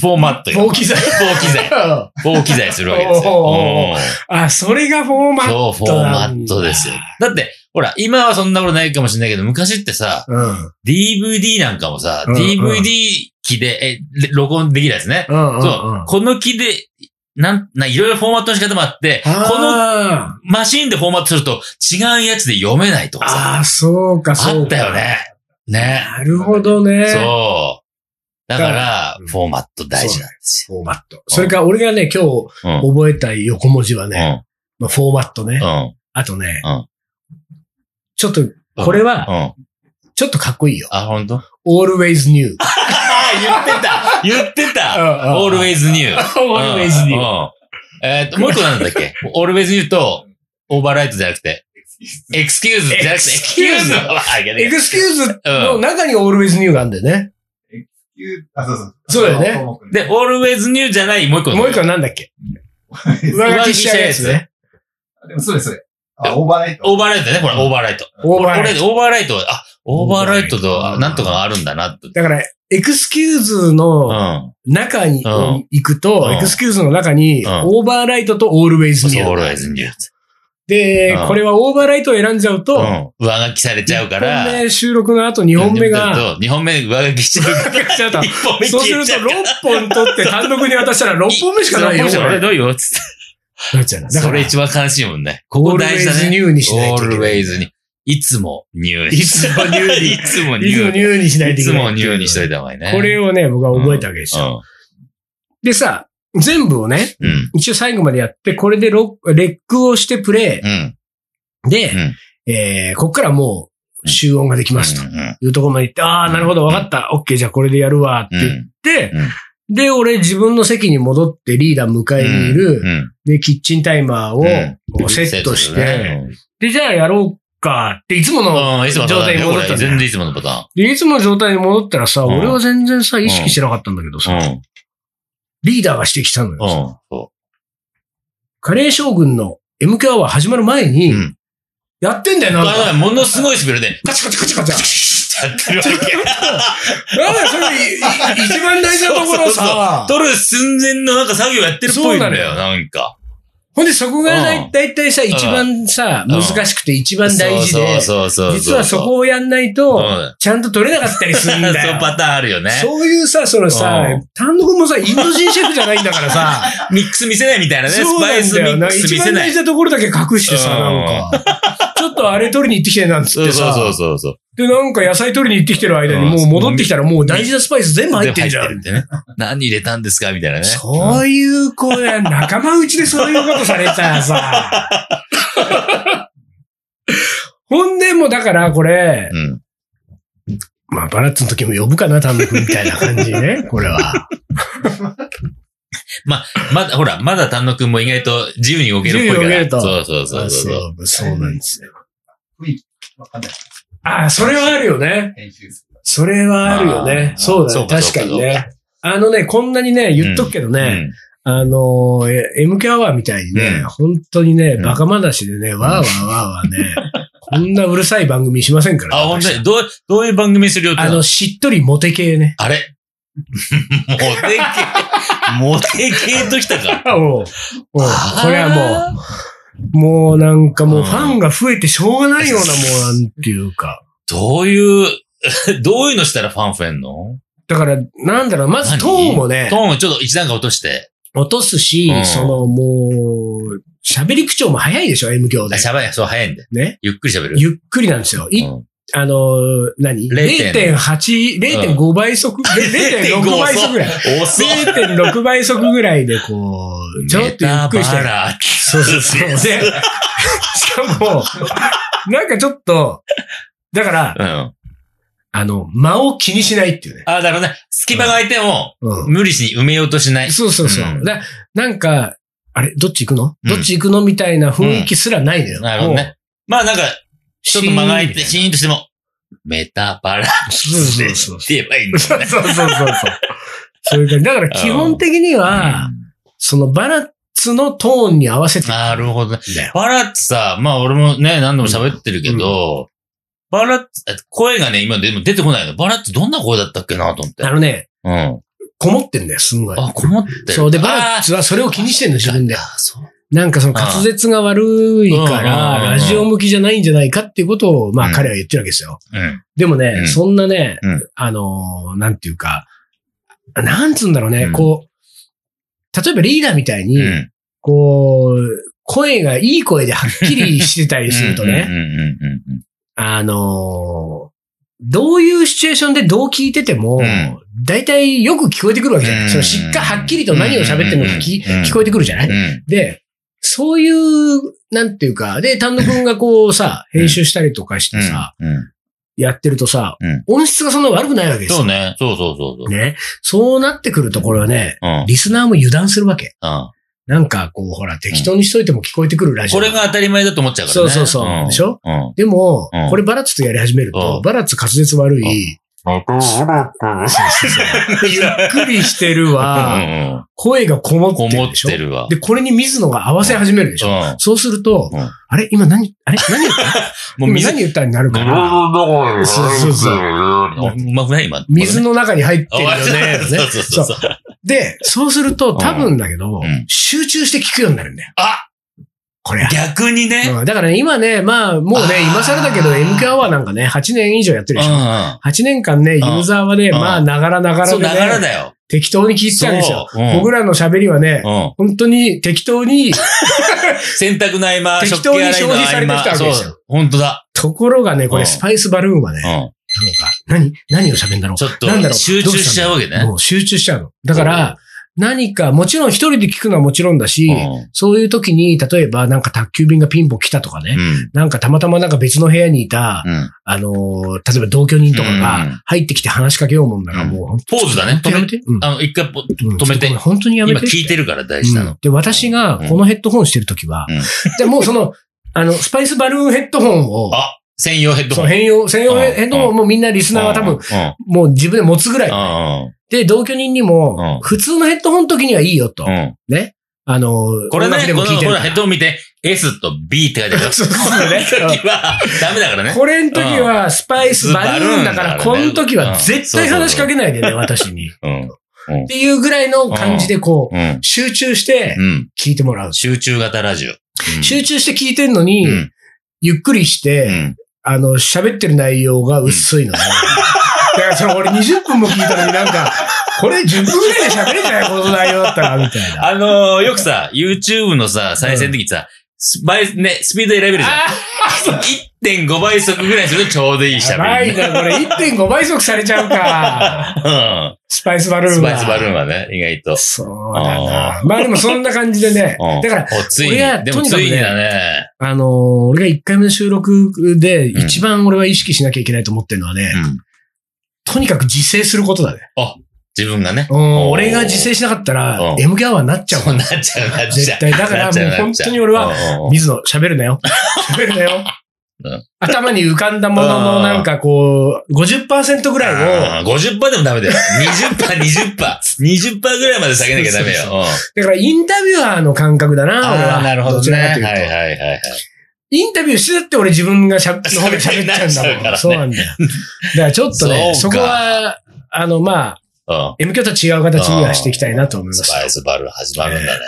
[SPEAKER 2] フォーマット
[SPEAKER 1] ー、
[SPEAKER 2] よ。
[SPEAKER 1] フォー機材。
[SPEAKER 2] フォー機 材。フォー機材するわけですよ。
[SPEAKER 1] おー
[SPEAKER 2] うん
[SPEAKER 1] あ、それがフォーマット。
[SPEAKER 2] そう、フォーマットですよ。だって、ほら、今はそんなことないかもしれないけど、昔ってさ、
[SPEAKER 1] うん。
[SPEAKER 2] DVD なんかもさ、
[SPEAKER 1] うんうん
[SPEAKER 2] DVD 機で、え、れ録音できないですね。
[SPEAKER 1] うんうんうん。
[SPEAKER 2] そう。この機で、なん、な、いろいろフォーマットの仕方もあって、この
[SPEAKER 1] あー
[SPEAKER 2] マシンでフォーマットすると違うやつで読めないとかさ、
[SPEAKER 1] あー、そうか、
[SPEAKER 2] あ
[SPEAKER 1] そうか。
[SPEAKER 2] ったよ。ね。ね。
[SPEAKER 1] なるほどね。
[SPEAKER 2] そう。だから
[SPEAKER 1] う、ん
[SPEAKER 2] フォーマット大事なんです
[SPEAKER 1] フォーマット。それから俺がね、今日
[SPEAKER 2] よ。うん。
[SPEAKER 1] 覚えたい横文字はね、
[SPEAKER 2] う
[SPEAKER 1] まあ、フォーマットね。
[SPEAKER 2] ん。うん。
[SPEAKER 1] あとね
[SPEAKER 2] うん、
[SPEAKER 1] ちょっと、これは、
[SPEAKER 2] うん。
[SPEAKER 1] ちょっとかっこいいよ。
[SPEAKER 2] あ、本 当？
[SPEAKER 1] always new.
[SPEAKER 2] あ、 言ってた言ってた !always new. うん
[SPEAKER 1] always
[SPEAKER 2] う
[SPEAKER 1] new.
[SPEAKER 2] ん えっと、もう一個なんだっけ ?always new と、オーバーライトじゃなくて、エクスキューズじゃなくて、エクスキュー ズ
[SPEAKER 1] excuse
[SPEAKER 2] あ、いやね
[SPEAKER 1] excuse
[SPEAKER 2] う
[SPEAKER 1] の
[SPEAKER 2] ん。
[SPEAKER 1] 中に always new があるんだよね。
[SPEAKER 3] あ、そうそう。
[SPEAKER 1] そうだよね
[SPEAKER 3] ね
[SPEAKER 2] で、always new じゃない、もう一個の
[SPEAKER 1] もう一個はなんだっけ上書きしちゃうやつね。
[SPEAKER 3] でもそれそれ。あ、オーバーライト。
[SPEAKER 2] オーバーライトね、ほら、オーバーライト。
[SPEAKER 1] オーバーライ
[SPEAKER 2] 俺、
[SPEAKER 1] ト。
[SPEAKER 2] オーバーライト、あ、オーバーライト
[SPEAKER 1] オーバーライ
[SPEAKER 2] と、
[SPEAKER 1] ト
[SPEAKER 2] なんとかがあるんだな、と。
[SPEAKER 1] だから、エクスキューズ
[SPEAKER 2] う
[SPEAKER 1] の
[SPEAKER 2] ん。
[SPEAKER 1] 中に
[SPEAKER 2] うん
[SPEAKER 1] 行くと
[SPEAKER 2] う、ん
[SPEAKER 1] エクスキューズの中に、
[SPEAKER 2] うん
[SPEAKER 1] オーバーライトとオールウェイズ
[SPEAKER 2] そう、
[SPEAKER 1] ニュー。
[SPEAKER 2] always new。
[SPEAKER 1] で
[SPEAKER 2] うん、
[SPEAKER 1] これはオーバーライトを選んじゃう
[SPEAKER 2] う
[SPEAKER 1] と、
[SPEAKER 2] ん。上書きされちゃうか
[SPEAKER 1] 1
[SPEAKER 2] ら。
[SPEAKER 1] 本目収録の後2本目 が、
[SPEAKER 2] そう。2本目上書 きしちゃうから。
[SPEAKER 1] ちょっと
[SPEAKER 2] 一本目
[SPEAKER 1] そうす
[SPEAKER 2] 消え
[SPEAKER 1] る
[SPEAKER 2] ち
[SPEAKER 1] と
[SPEAKER 2] ゃうから
[SPEAKER 1] 6本取って単独に渡したら6本目しかないよ。
[SPEAKER 2] 一本目しかない
[SPEAKER 1] こ
[SPEAKER 2] どうよつって。
[SPEAKER 1] れなっちゃうなだか
[SPEAKER 2] そ
[SPEAKER 1] ら
[SPEAKER 2] れ、一番悲しいもん ね。こ
[SPEAKER 1] オー
[SPEAKER 2] こ
[SPEAKER 1] ルウ
[SPEAKER 2] 大
[SPEAKER 1] ェイ
[SPEAKER 2] 事だ
[SPEAKER 1] ズニ
[SPEAKER 2] ね。
[SPEAKER 1] ューにしないといけない。
[SPEAKER 2] always に。いつもニュー。
[SPEAKER 1] いつもニューに
[SPEAKER 2] いつもニ
[SPEAKER 1] いつも
[SPEAKER 2] ュ
[SPEAKER 1] ニューにしな
[SPEAKER 2] ー。
[SPEAKER 1] い
[SPEAKER 2] い
[SPEAKER 1] とい
[SPEAKER 2] つ
[SPEAKER 1] けない。
[SPEAKER 2] もニューにしといた方がいいね。
[SPEAKER 1] これ
[SPEAKER 2] を。
[SPEAKER 1] をね、僕は覚えたわけですよ。でさ、全部をね、
[SPEAKER 2] うん。うん。
[SPEAKER 1] 一応最後までやって、これでロレックをしてプレ
[SPEAKER 2] うん。
[SPEAKER 1] イで、
[SPEAKER 2] うん
[SPEAKER 1] えー、こっからもう、集音ができますと。
[SPEAKER 2] うん
[SPEAKER 1] いうところまで行って、ああ、なるほど、わかった。オッケー、じゃあこれでやるわ、って
[SPEAKER 2] う
[SPEAKER 1] 言っ
[SPEAKER 2] ん。
[SPEAKER 1] て、
[SPEAKER 2] うん
[SPEAKER 1] で、俺自分の席に戻ってリーダー迎えにいる、
[SPEAKER 2] うん。
[SPEAKER 1] で、キッチンタイマーを
[SPEAKER 2] うん
[SPEAKER 1] こうセットして、
[SPEAKER 2] セね
[SPEAKER 1] で、じゃあやろうかって、いつも
[SPEAKER 2] う
[SPEAKER 1] の、
[SPEAKER 2] ん。いつもの
[SPEAKER 1] 状
[SPEAKER 2] パタ
[SPEAKER 1] 態
[SPEAKER 2] ーンね
[SPEAKER 1] に
[SPEAKER 2] こ
[SPEAKER 1] 戻ったんだ
[SPEAKER 2] れ
[SPEAKER 1] よ
[SPEAKER 2] 全然いつものパタ
[SPEAKER 1] でいつもの状態に戻ったらさ、
[SPEAKER 2] うん
[SPEAKER 1] 俺は全然さ、意識してなかったんだけどさ、
[SPEAKER 2] ーン。うん。
[SPEAKER 1] リーダーがしてきたのよ。
[SPEAKER 2] うん。そ
[SPEAKER 1] カレー将軍の MQ アワー始まる前に、
[SPEAKER 2] うん
[SPEAKER 1] やってんだよ
[SPEAKER 2] う。
[SPEAKER 1] な、
[SPEAKER 2] あものすごいスピードで、
[SPEAKER 1] カチカチカチカチ。
[SPEAKER 2] やってるわ け。
[SPEAKER 1] なんだよ、それいい一番大事なところさ。
[SPEAKER 2] 取る寸前のなんか作業やってるっぽいんだよ、
[SPEAKER 1] そう
[SPEAKER 2] なんか。
[SPEAKER 1] ほんで、そこがだ
[SPEAKER 2] うん
[SPEAKER 1] いだいたいさ、一番さ、
[SPEAKER 2] うん
[SPEAKER 1] 難しくて一番大事で、
[SPEAKER 2] そうそうそうう。
[SPEAKER 1] 実はそこをやんないうと、
[SPEAKER 2] ん。
[SPEAKER 1] ちゃんと取れなかったりするんだ
[SPEAKER 2] そ
[SPEAKER 1] よ
[SPEAKER 2] う。パターンあるよね。
[SPEAKER 1] そういうさ、そのさ
[SPEAKER 2] うん、
[SPEAKER 1] 単独もさ、インド人シェフじゃないんだから さ、
[SPEAKER 2] ミックス見せないみたいなね。ス
[SPEAKER 1] そう
[SPEAKER 2] パ
[SPEAKER 1] な
[SPEAKER 2] イ
[SPEAKER 1] ん
[SPEAKER 2] スミ
[SPEAKER 1] だよ
[SPEAKER 2] ッ
[SPEAKER 1] な。
[SPEAKER 2] クス
[SPEAKER 1] 一
[SPEAKER 2] 見せ
[SPEAKER 1] 番
[SPEAKER 2] な
[SPEAKER 1] 大
[SPEAKER 2] い。
[SPEAKER 1] 事なところだけ隠してさ、
[SPEAKER 2] うん
[SPEAKER 1] なんか。ちょっとあれ取りに行ってきてなんつっ
[SPEAKER 2] そう
[SPEAKER 1] て
[SPEAKER 2] そう
[SPEAKER 1] さ。
[SPEAKER 2] そうそうそう。
[SPEAKER 1] で、なんか野菜取りに行ってきてる間に、
[SPEAKER 2] うん
[SPEAKER 1] もう戻ってきたらもう大事なスパイス全部入ってんじゃ
[SPEAKER 2] 全
[SPEAKER 1] ん。
[SPEAKER 2] 部入ってね。何入れたんですかみたいなね。
[SPEAKER 1] そういう子 や、仲間内でそういうことされたらさ。ほんで、もうだからこれ、
[SPEAKER 2] うん。うん。
[SPEAKER 1] まあバラッツの時も呼ぶかな、単独みたいな感じね、これは。
[SPEAKER 2] まだ、ほら、まだ丹野くんも意外と自由に動けるっぽい
[SPEAKER 1] 自由に動け
[SPEAKER 2] か
[SPEAKER 1] る
[SPEAKER 2] ら。
[SPEAKER 1] と
[SPEAKER 2] そう そうそうそう。
[SPEAKER 1] う、そうなんですよ。
[SPEAKER 3] わかんない。
[SPEAKER 1] ああ、それはあるよね。
[SPEAKER 3] 編集する。
[SPEAKER 1] それはあるよね。
[SPEAKER 2] あー
[SPEAKER 1] そうだ
[SPEAKER 2] そ
[SPEAKER 1] ね
[SPEAKER 2] う。か
[SPEAKER 1] 確かにね。あのね、こんなにね、言っとくけど
[SPEAKER 2] う
[SPEAKER 1] ね、
[SPEAKER 2] ん。
[SPEAKER 1] あのー、え MK アワーみたいにね、
[SPEAKER 2] うん
[SPEAKER 1] 本当にね、
[SPEAKER 2] うん
[SPEAKER 1] バカ話でね、わーわーわーわーね、 こんなうるさい番組しませんから、
[SPEAKER 2] あ、本当に。どう、どういう番組にするよって
[SPEAKER 1] あの、しっとりモテ系ね。
[SPEAKER 2] あれモテ系、 モテ系ときたか。
[SPEAKER 1] あもう、もう
[SPEAKER 2] あー
[SPEAKER 1] これはもう、もうなんかもう
[SPEAKER 2] うん
[SPEAKER 1] ファンが増えてしょうがないようなもんなんていうか。
[SPEAKER 2] どういう、 どういうのしたらファン増えんの
[SPEAKER 1] だから、なんだろう、まず
[SPEAKER 2] 何
[SPEAKER 1] トーンもね
[SPEAKER 2] ト、ーンをちょっと一段階落として。
[SPEAKER 1] 落とすし、
[SPEAKER 2] うん
[SPEAKER 1] そのもう、喋り口調も早いでしょ、M 響
[SPEAKER 2] あ
[SPEAKER 1] で。
[SPEAKER 2] 喋る、そう早いんで。
[SPEAKER 1] ね。
[SPEAKER 2] ゆっくり喋る。
[SPEAKER 1] ゆっくりなんですよ。い
[SPEAKER 2] うん
[SPEAKER 1] あのー、何
[SPEAKER 2] 0.8
[SPEAKER 1] ?0.8、0.5倍 速、0.6倍速ぐらい。
[SPEAKER 2] 遅い。
[SPEAKER 1] 0.6倍速ぐらいで、こ う、ちょっとゆっくりして
[SPEAKER 2] メタバ。ラ
[SPEAKER 1] そうそうそう。 で、しかも、なんかちょっと、だから、
[SPEAKER 2] うん。
[SPEAKER 1] あの、間を気にしないっていうね。
[SPEAKER 2] あ、だからね、隙間が空いても、
[SPEAKER 1] う
[SPEAKER 2] 無理しに埋めようとしない
[SPEAKER 1] ん。。そうそうそう。
[SPEAKER 2] うん
[SPEAKER 1] だなんか、あれどっち行くの、
[SPEAKER 2] うん
[SPEAKER 1] どっち行くのみたいな雰囲気すらないのよ。
[SPEAKER 2] なるほどね。まあなんか、ちょっと間が空いて、
[SPEAKER 1] シ
[SPEAKER 2] シーンとしても、メタバラ
[SPEAKER 1] もう。そうそうそう
[SPEAKER 2] っ。て言えばいいんだ
[SPEAKER 1] そう
[SPEAKER 2] よね。
[SPEAKER 1] そうそうそう。そういう感じ。だから基本的には、そのバラッツのトーンに合わせて
[SPEAKER 2] なるほどね。
[SPEAKER 1] んだよ。
[SPEAKER 2] バラってさ、まあ俺もね、何度も喋ってるけど、バラって、声がね、今でも出てこないの。バラってどんな声だったっけなと思って。
[SPEAKER 1] あのね、
[SPEAKER 2] うん。
[SPEAKER 1] こもってんだよ、すんごい。
[SPEAKER 2] あ、こもってる。
[SPEAKER 1] そう。で、バ
[SPEAKER 2] あ
[SPEAKER 1] ラッツはそれを気にしてんの、自分で
[SPEAKER 2] あ。そう。
[SPEAKER 1] なんかその滑舌が悪いか
[SPEAKER 2] うんうんうんうん
[SPEAKER 1] ら、ラジオ向きじゃないんじゃないかっていうことを、ま
[SPEAKER 2] う
[SPEAKER 1] あ
[SPEAKER 2] ん
[SPEAKER 1] 彼は言ってるわけですよ。
[SPEAKER 2] うん。
[SPEAKER 1] でもね、
[SPEAKER 2] うん
[SPEAKER 1] そんなね、
[SPEAKER 2] うん
[SPEAKER 1] あのーなんていうか、なんつうんだろうね、
[SPEAKER 2] うん
[SPEAKER 1] こう、例えばリーダーみたいに、
[SPEAKER 2] うん。
[SPEAKER 1] こう、声がいい声ではっきりしてたりするとね、
[SPEAKER 2] うんうんうんうんうん。
[SPEAKER 1] あのーどういうシチュエーションでどう聞いてても
[SPEAKER 2] ん、
[SPEAKER 1] 大体よく聞こえてくるわけじゃな
[SPEAKER 2] う
[SPEAKER 1] い
[SPEAKER 2] ん
[SPEAKER 1] そのしっかりはっきりと何を喋ってるのか聞
[SPEAKER 2] うん
[SPEAKER 1] 聞こえてくるじゃない
[SPEAKER 2] うん。
[SPEAKER 1] で、そういう、なんていうか、で、丹野くんがこうさ、
[SPEAKER 2] うん
[SPEAKER 1] 編集したりとかしてさ、
[SPEAKER 2] うん。
[SPEAKER 1] やってるとさ
[SPEAKER 2] うん、
[SPEAKER 1] 音質がそんな悪くないわけです
[SPEAKER 2] そう
[SPEAKER 1] よ。
[SPEAKER 2] ね。そうそうそうそう。
[SPEAKER 1] ね。そうなってくるところはね、
[SPEAKER 2] うん。
[SPEAKER 1] リスナーも油断するわけ。
[SPEAKER 2] うん
[SPEAKER 1] なんかこう、ほら、適当にしといても聞こえてくるラジオ。
[SPEAKER 2] これが当たり前だと思っちゃうからね。
[SPEAKER 1] そうそうそうんでしょ
[SPEAKER 2] うん。
[SPEAKER 1] でも
[SPEAKER 2] うん、
[SPEAKER 1] これバラッツとやり始める
[SPEAKER 2] う
[SPEAKER 1] と
[SPEAKER 2] ん、
[SPEAKER 1] バラッツ滑舌悪い、ゆっくりしてる
[SPEAKER 2] う
[SPEAKER 1] わ。
[SPEAKER 2] んうん
[SPEAKER 1] 声がこもっ
[SPEAKER 2] こ
[SPEAKER 1] て
[SPEAKER 2] も
[SPEAKER 1] る
[SPEAKER 2] っ
[SPEAKER 1] でしょ
[SPEAKER 2] て。るわ。
[SPEAKER 1] で、これに水野が合わせ始めるでし
[SPEAKER 2] う
[SPEAKER 1] ょ。
[SPEAKER 2] ん
[SPEAKER 1] そうすると、
[SPEAKER 2] うん
[SPEAKER 1] あれ今何、あれ何言った
[SPEAKER 2] もう
[SPEAKER 1] 今
[SPEAKER 2] 水
[SPEAKER 1] 何言ったになるから、
[SPEAKER 4] そう
[SPEAKER 1] そうそう
[SPEAKER 2] あうまくない今。
[SPEAKER 1] 水の中に入って
[SPEAKER 2] こ
[SPEAKER 1] る
[SPEAKER 2] れね
[SPEAKER 1] よね。
[SPEAKER 2] そ
[SPEAKER 1] ね
[SPEAKER 2] うそうそうそう。
[SPEAKER 1] で、そうすると多分だけど
[SPEAKER 2] うん、
[SPEAKER 1] 集中して聞くようになるんだよ。
[SPEAKER 2] あ
[SPEAKER 1] これ。
[SPEAKER 2] 逆にね。
[SPEAKER 1] うんだからね、今ね、まあ、もう
[SPEAKER 2] あー
[SPEAKER 1] ね、今更だけど、MK アワーなんかね、8年以上やってるでしょ。8年間ね、ユーザーはね、
[SPEAKER 2] うん
[SPEAKER 1] まあ、ながらなが
[SPEAKER 2] そう、なが
[SPEAKER 1] ら
[SPEAKER 2] ら
[SPEAKER 1] でね、
[SPEAKER 2] だよ。
[SPEAKER 1] 適当に聞いてたんですよ。
[SPEAKER 2] そう。うん
[SPEAKER 1] 僕らの喋りはね、
[SPEAKER 2] うん
[SPEAKER 1] 本当に適当 に、
[SPEAKER 2] 洗濯の合間、
[SPEAKER 1] 適
[SPEAKER 2] 食器
[SPEAKER 1] 当に
[SPEAKER 2] 洗い
[SPEAKER 1] 消
[SPEAKER 2] の合
[SPEAKER 1] 費されてきた
[SPEAKER 2] 間。
[SPEAKER 1] わけ
[SPEAKER 2] そ
[SPEAKER 1] ですよ
[SPEAKER 2] う。本当だ。
[SPEAKER 1] ところがね、こ
[SPEAKER 2] う
[SPEAKER 1] れ
[SPEAKER 2] ん
[SPEAKER 1] スパイスバルーンはね、
[SPEAKER 2] う
[SPEAKER 1] なん
[SPEAKER 2] ん。
[SPEAKER 1] か、何、何を喋るんだろ
[SPEAKER 2] ちょっ
[SPEAKER 1] なんだろ
[SPEAKER 2] と、
[SPEAKER 1] う
[SPEAKER 2] 集中しちゃうわけ
[SPEAKER 1] う。
[SPEAKER 2] ね。
[SPEAKER 1] もう集中しちゃうの。だから、何か、もちろん一人で聞くのはもちろんだし、
[SPEAKER 2] うん
[SPEAKER 1] そういう時に、例えばなんか宅急便がピンポン来たとかね、
[SPEAKER 2] うん。
[SPEAKER 1] なんかたまたまなんか別の部屋にいた、
[SPEAKER 2] うん。
[SPEAKER 1] あのー例えば同居人とか
[SPEAKER 2] うん
[SPEAKER 1] が入ってきて話しかけようもんなら、
[SPEAKER 2] うん
[SPEAKER 1] もう本
[SPEAKER 2] ポーズだね。
[SPEAKER 1] 当
[SPEAKER 2] 止
[SPEAKER 1] や
[SPEAKER 2] め
[SPEAKER 1] め
[SPEAKER 2] て。
[SPEAKER 1] て。うん
[SPEAKER 2] あの、一回ポ、
[SPEAKER 1] うん
[SPEAKER 2] 止めて
[SPEAKER 1] ちょっとこれ本当にやめ
[SPEAKER 2] 今
[SPEAKER 1] て。
[SPEAKER 2] 聞いてるから大事な
[SPEAKER 1] う
[SPEAKER 2] の
[SPEAKER 1] ん。で、私がこのヘッドホンしてる時は、
[SPEAKER 2] うん
[SPEAKER 1] でもうその、あの、スパイスバルーンヘッドホンを、
[SPEAKER 2] あ、専用ヘッド
[SPEAKER 1] そ
[SPEAKER 2] ホ
[SPEAKER 1] う、
[SPEAKER 2] ン。
[SPEAKER 1] 変容、専用
[SPEAKER 2] うん
[SPEAKER 1] ヘッドホンもみんなリスナーは多分
[SPEAKER 2] うん、う
[SPEAKER 1] もう自分で持つぐらい。
[SPEAKER 2] ん。うん
[SPEAKER 1] で、同居人に
[SPEAKER 2] うん
[SPEAKER 1] も、普通のヘッドホンの時にはいいよと。
[SPEAKER 2] うん。
[SPEAKER 1] ね。あの、
[SPEAKER 2] これ
[SPEAKER 1] 音楽
[SPEAKER 2] ね、
[SPEAKER 1] で
[SPEAKER 2] こ
[SPEAKER 1] も
[SPEAKER 2] の
[SPEAKER 1] 聞いて
[SPEAKER 2] ほ、
[SPEAKER 1] るから
[SPEAKER 2] ヘッドホン見て、S と B って書いてある。
[SPEAKER 1] そうそうそうね
[SPEAKER 2] この時は、ダメだから
[SPEAKER 1] ら。
[SPEAKER 2] ね。
[SPEAKER 1] これの時は、スパイスバルーンだか
[SPEAKER 2] バルーンだから
[SPEAKER 1] ら、
[SPEAKER 2] ね
[SPEAKER 1] この時は絶対
[SPEAKER 2] うん
[SPEAKER 1] 話しかけないでね、私に。っ
[SPEAKER 2] うん。
[SPEAKER 1] ていうぐらいの感じで、こう、
[SPEAKER 2] うん。
[SPEAKER 1] 集中して
[SPEAKER 2] うん。
[SPEAKER 1] 聞いてもらう。
[SPEAKER 2] 集中型ラジオ。うん
[SPEAKER 1] 集中して聞いてんのに
[SPEAKER 2] う、ん。
[SPEAKER 1] ゆっくりし
[SPEAKER 2] う
[SPEAKER 1] て、
[SPEAKER 2] ん。
[SPEAKER 1] あの、喋ってる内容が薄いのね。だからその俺20分も聞いたのになんか、これ10分ぐらいで喋れんじゃないこの内容だったら、みたいな。
[SPEAKER 2] あのー、よくさ、YouTube のさ、再生の時にさ、スパイね、スピード選べるじゃん。1.5倍速ぐらいにするとちょうどいい
[SPEAKER 1] や
[SPEAKER 2] 喋
[SPEAKER 1] ば
[SPEAKER 2] り
[SPEAKER 1] い
[SPEAKER 2] ね。
[SPEAKER 1] な、これ1.5倍速されちゃうか。
[SPEAKER 2] うん。
[SPEAKER 1] スパイスバルーン
[SPEAKER 2] ス
[SPEAKER 1] は。
[SPEAKER 2] パイスバルーンはね、意外と。
[SPEAKER 1] そうだな。まあでもそんな感じでね
[SPEAKER 2] うん。
[SPEAKER 1] だから、
[SPEAKER 2] おついに
[SPEAKER 1] 俺は、
[SPEAKER 2] でもついにだね。
[SPEAKER 1] あのー俺が1回目の収録で一番俺は意識しなきゃいけないと思ってるのはね、
[SPEAKER 2] うん
[SPEAKER 1] とにかく自制することだね。
[SPEAKER 2] 自分がね。
[SPEAKER 1] うん、俺が自制しなかったら
[SPEAKER 2] う、ん
[SPEAKER 1] M ギャワーになっちゃう
[SPEAKER 2] そ
[SPEAKER 1] も
[SPEAKER 2] うんなっちゃう、なっちゃう。
[SPEAKER 1] 絶対だから
[SPEAKER 2] なっちゃなっちゃ
[SPEAKER 1] もう本当に俺は
[SPEAKER 2] うんうんうん
[SPEAKER 1] 水野、喋るなよ。喋るなよ。
[SPEAKER 2] うん
[SPEAKER 1] 頭に浮かんだもののなんかこう、50%ぐらいを、
[SPEAKER 2] あー50%でもダメだよ。20%、20%。20%ぐらいまで下げなきゃダメよ
[SPEAKER 1] そう。
[SPEAKER 2] うん
[SPEAKER 1] だからインタビュアーの感覚だな、俺
[SPEAKER 2] あ
[SPEAKER 1] は。
[SPEAKER 2] あ、なるほど
[SPEAKER 1] どち
[SPEAKER 2] ね。
[SPEAKER 1] ら
[SPEAKER 2] は
[SPEAKER 1] かとい
[SPEAKER 2] い
[SPEAKER 1] うと。
[SPEAKER 2] はいはいはい。
[SPEAKER 1] インタビューしてだって俺自分 がしゃの方が喋っちゃうんだもん。
[SPEAKER 2] 喋っちゃうからね
[SPEAKER 1] そうなんだよ。だからちょっとね、
[SPEAKER 2] そ
[SPEAKER 1] そう
[SPEAKER 2] か
[SPEAKER 1] こは、あの、まあ、
[SPEAKER 2] うん。
[SPEAKER 1] M 教と違う形にはしていきたいなと思いま
[SPEAKER 2] スパイ
[SPEAKER 1] す。
[SPEAKER 2] スバルーン始まるんだね。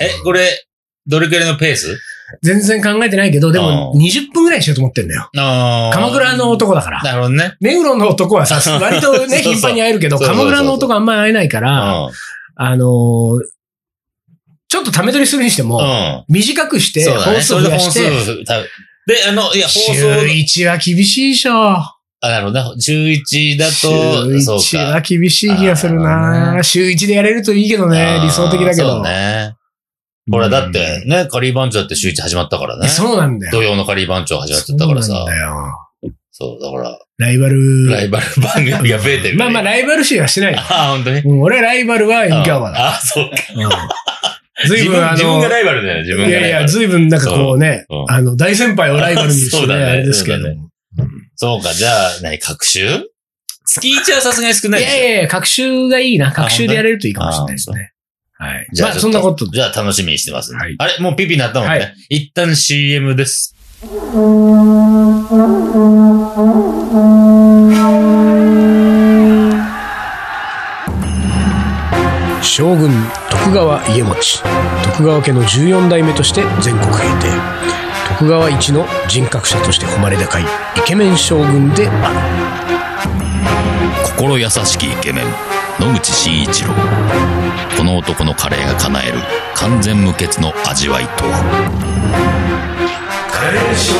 [SPEAKER 2] え、これ、どれくらいのペース
[SPEAKER 1] 全然考えてないけど、でも
[SPEAKER 2] う
[SPEAKER 1] 20分ぐらいにしようと思ってんだよ。
[SPEAKER 2] あー
[SPEAKER 1] 鎌倉の。男だから。
[SPEAKER 2] なるほどね。
[SPEAKER 1] 目黒の男は さ、割と
[SPEAKER 2] そう
[SPEAKER 1] ね、
[SPEAKER 2] そう
[SPEAKER 1] 頻繁に会えるけど、
[SPEAKER 2] そうそうそう
[SPEAKER 1] 鎌倉の男あんまり会えないか
[SPEAKER 2] う
[SPEAKER 1] ら、
[SPEAKER 2] ん。
[SPEAKER 1] あのー、ちょっとため取りするにしても、
[SPEAKER 2] うん。
[SPEAKER 1] 短くして、
[SPEAKER 2] そうだ
[SPEAKER 1] 放
[SPEAKER 2] ね。そ
[SPEAKER 1] 送増
[SPEAKER 2] れで
[SPEAKER 1] や
[SPEAKER 2] 本
[SPEAKER 1] し
[SPEAKER 2] 数
[SPEAKER 1] て、
[SPEAKER 2] たで、あの、いや、放
[SPEAKER 1] 週
[SPEAKER 2] 送、
[SPEAKER 1] 1は厳しいでしょ。
[SPEAKER 2] あ、なるほどね。11だと、
[SPEAKER 1] 週
[SPEAKER 2] そう
[SPEAKER 1] 1は
[SPEAKER 2] か。
[SPEAKER 1] 厳しい気がする
[SPEAKER 2] あー
[SPEAKER 1] な週1でやれるといいけどね、
[SPEAKER 2] あー
[SPEAKER 1] 理想的だけ
[SPEAKER 2] そ
[SPEAKER 1] ど
[SPEAKER 2] う。ね。ほら、だって、ね、カリー番長だって週1始まったから
[SPEAKER 1] うん。
[SPEAKER 2] ね。
[SPEAKER 1] そうなんだよ。
[SPEAKER 2] 土曜のカリー番長始まっちゃったから
[SPEAKER 1] そうな
[SPEAKER 2] さ
[SPEAKER 1] ん。だよ。
[SPEAKER 2] そう、だから、
[SPEAKER 1] ライバル。
[SPEAKER 2] ライバル番組が増えてる。
[SPEAKER 1] まあまあ、ライバル視はしてないよ。
[SPEAKER 2] ああ、本当に。
[SPEAKER 1] うん俺はライバルは M 教アワーだ。
[SPEAKER 2] ああ、そうか。
[SPEAKER 1] うん随
[SPEAKER 2] 自
[SPEAKER 1] 分
[SPEAKER 2] 分
[SPEAKER 1] あ
[SPEAKER 2] 自分
[SPEAKER 1] の
[SPEAKER 2] が、ライバルだよね、自分が
[SPEAKER 1] いや
[SPEAKER 2] ラ
[SPEAKER 1] い
[SPEAKER 2] イバ
[SPEAKER 1] や、
[SPEAKER 2] ル。
[SPEAKER 1] 随分なんかこうね、
[SPEAKER 2] うんうん
[SPEAKER 1] あの、大先輩をライバルにして、
[SPEAKER 2] そうだ
[SPEAKER 1] ね、
[SPEAKER 2] ね
[SPEAKER 1] あれですけれども。
[SPEAKER 2] そうか、じゃあ、何、各週スキーチはさすがに少ない
[SPEAKER 1] い
[SPEAKER 2] でしょ
[SPEAKER 1] やいやいや、学習がいいな。学習でやれるといいかもしれないですね。はい。まあ、
[SPEAKER 2] ちょっ
[SPEAKER 1] そんなことで。
[SPEAKER 2] じゃあ楽しみにしてます。
[SPEAKER 1] はい
[SPEAKER 2] あれもうピピになったもんね。
[SPEAKER 1] はい
[SPEAKER 2] 一旦 CM です。
[SPEAKER 1] 将軍、徳川家持。徳川家の14代目として全国平定。徳川一の人格者として誉れ高いイケメン将軍である。
[SPEAKER 2] 心優しきイケメン、野口真一郎。この男のカレーが叶える完全無欠の味わいとは
[SPEAKER 1] カレー将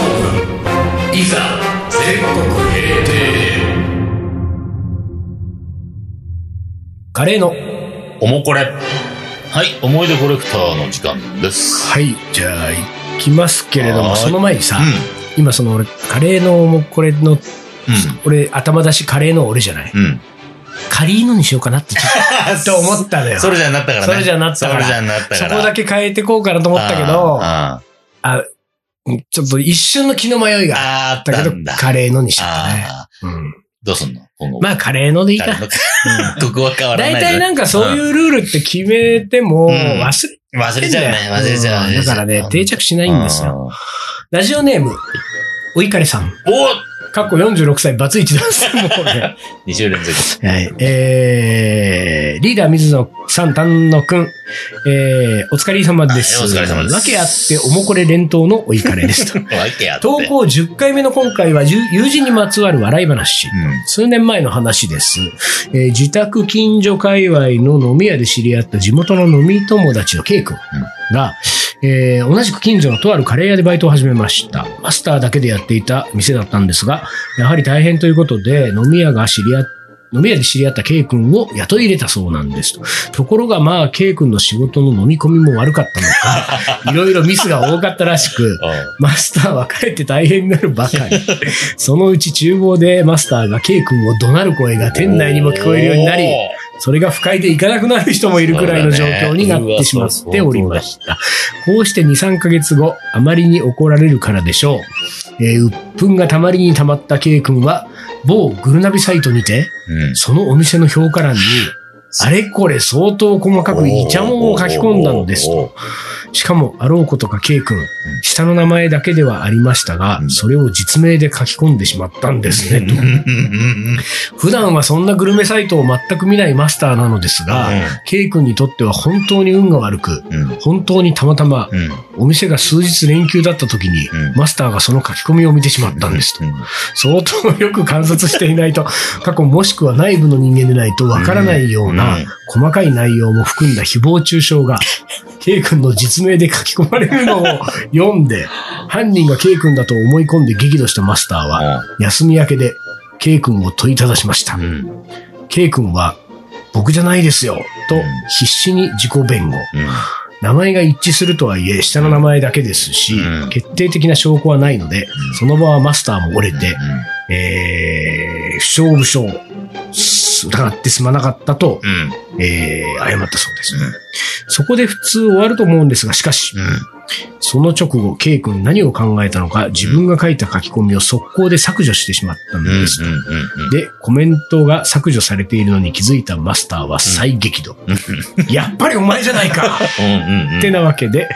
[SPEAKER 1] 軍、いざ、全国平定。カレーの
[SPEAKER 2] おもこれ。はい、思い出コレクターの時間です。
[SPEAKER 1] はい、じゃあ、行きますけれど
[SPEAKER 2] は
[SPEAKER 1] も、
[SPEAKER 2] ーい
[SPEAKER 1] その前にさ、
[SPEAKER 2] うん。うん。
[SPEAKER 1] 今その俺、カレーの、もうこれの、俺、頭出しカレーの俺じゃない。
[SPEAKER 2] うん。
[SPEAKER 1] カリーノにしようかなって、ちょっ と思ったのよ。
[SPEAKER 2] それじゃなったからね。
[SPEAKER 1] それじゃなったから
[SPEAKER 2] それじゃなった
[SPEAKER 1] そ
[SPEAKER 2] か
[SPEAKER 1] こ
[SPEAKER 2] ら。
[SPEAKER 1] だけ変えてこうかなと思ったけど、
[SPEAKER 2] あ
[SPEAKER 1] うんちょっと一瞬の気の迷い
[SPEAKER 2] ー
[SPEAKER 1] があ
[SPEAKER 2] あー、あ
[SPEAKER 1] っ
[SPEAKER 2] ったた
[SPEAKER 1] け
[SPEAKER 2] ん
[SPEAKER 1] ど、
[SPEAKER 2] だ。
[SPEAKER 1] カレーのにしちゃったね。
[SPEAKER 2] あー
[SPEAKER 1] うん
[SPEAKER 2] どうすんの今後。
[SPEAKER 1] まあ、カレーのでいいか。
[SPEAKER 2] 誰のここは変わら
[SPEAKER 1] 大
[SPEAKER 2] ない。
[SPEAKER 1] 体なんかそういうルールって決めても、
[SPEAKER 2] うん
[SPEAKER 1] 忘れ
[SPEAKER 2] 忘
[SPEAKER 1] て
[SPEAKER 2] れ
[SPEAKER 1] ん
[SPEAKER 2] ちゃ
[SPEAKER 1] だ
[SPEAKER 2] う
[SPEAKER 1] よ
[SPEAKER 2] ね。忘れちゃう。
[SPEAKER 1] んだからね、定着し
[SPEAKER 2] な
[SPEAKER 1] ないんですよ。。ラジオネーム、おいかれさん。
[SPEAKER 2] お
[SPEAKER 1] かっこ46歳、バツイチです。 もうね。
[SPEAKER 2] !2 週連続。
[SPEAKER 1] はい。えー、リーダー水野さん、丹野くん、えー、お疲れ様です。
[SPEAKER 2] はいお疲れ様です
[SPEAKER 1] 訳あって、おもこれ連投のお怒れです と。
[SPEAKER 2] わけあって。
[SPEAKER 1] 投稿10回目の今回は、友友人にまつわる笑い話。
[SPEAKER 2] うん。
[SPEAKER 1] 数年前の話です、えー自宅近所界隈の飲み屋で知り合った地元の飲み友達の K 君が、えー同じく近所のとあるカレー屋でバイトを始めました。マスターだけでやっていた店だったんですが、やはり大変ということで、飲み屋が知り合飲み屋で知り合った K 君を雇い入れたそうなんですと。ところがまあ K 君の仕事の飲み込みも悪かったのか、い ろいろミスが多かったらしく、マスターは帰って大変になるばかり。そのうち厨房でマスターが K 君を怒鳴る声が店内にも聞こえるようになり、それが不快でいかなくなる人もいるくらいの状況になってしまっておりました。こうして2、3ヶ月後、あまりに怒られるからでしょう。えー、鬱憤がたまりにたまった K 君は、某グルナビサイトにて、
[SPEAKER 2] うん。
[SPEAKER 1] そのお店の評価欄に、あれこれ相当細かくイチャモンを書き込んだのですと。しかも、あろうことか K 君、下の名前だけではありましたが
[SPEAKER 2] う、ん
[SPEAKER 1] それを実名で書き込んでしまったんですね。 普段はそんなグルメサイトを全く見ないマスターなのですが、K 君にとっては本当に運が悪く、
[SPEAKER 2] うん。
[SPEAKER 1] 本当にたまたま
[SPEAKER 2] うん。
[SPEAKER 1] お店が数日連休だった時に、
[SPEAKER 2] うん
[SPEAKER 1] マスターがその書き込みを見てしまったんですと。相当よく観察していないと、過去もしくは内部の人間でないとわからないような
[SPEAKER 2] うん
[SPEAKER 1] 細かい内容も含んだ誹謗中傷 が、K 君の実名で書き込まれるのを読んで、犯人が K 君だと思い込んで激怒したマスターは、休み明けで K 君を問いただしました
[SPEAKER 2] う。ん。
[SPEAKER 1] K 君は、僕じゃないですよ、と
[SPEAKER 2] うん
[SPEAKER 1] 必死に自己弁護。名前が一致するとはいえ、下の名前だけですし、
[SPEAKER 2] うん
[SPEAKER 1] 決定的な証拠はないので、
[SPEAKER 2] うん
[SPEAKER 1] その場はマスターも折れて、えー、不詳不詳、疑ってすまなかったと、
[SPEAKER 2] うん。
[SPEAKER 1] えー、謝ったそうです。そこで普通終わると思うんですが、しかし、その直後、ケイ君何を考えたのか、自分が書いた書き込みを速攻で削除してしまったん
[SPEAKER 2] うん、
[SPEAKER 1] で
[SPEAKER 2] うん、うん
[SPEAKER 1] す。で、コメントが削除されているのに気づいたマスターは再激怒。やっぱりお前じゃないか
[SPEAKER 2] うん、うん。
[SPEAKER 1] ってなわけで、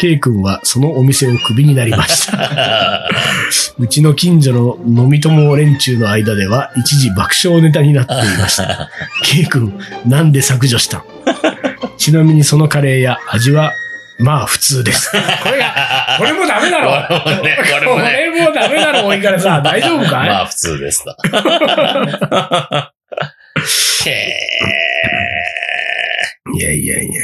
[SPEAKER 1] ケイ君はそのお店をクビになりました。うちの近所の飲み友連中の間では一時爆笑ネタになっていま した。K 君、なんで削除したん ちなみにそのカレーや味は、まあ普通です。 これが、これもダメだろ
[SPEAKER 2] これもね、これ
[SPEAKER 1] こ
[SPEAKER 2] もね。
[SPEAKER 1] れもダメだろ多いから さ、大丈夫かい、
[SPEAKER 2] まあ、普通ですと。へー
[SPEAKER 1] いやいやいやいや。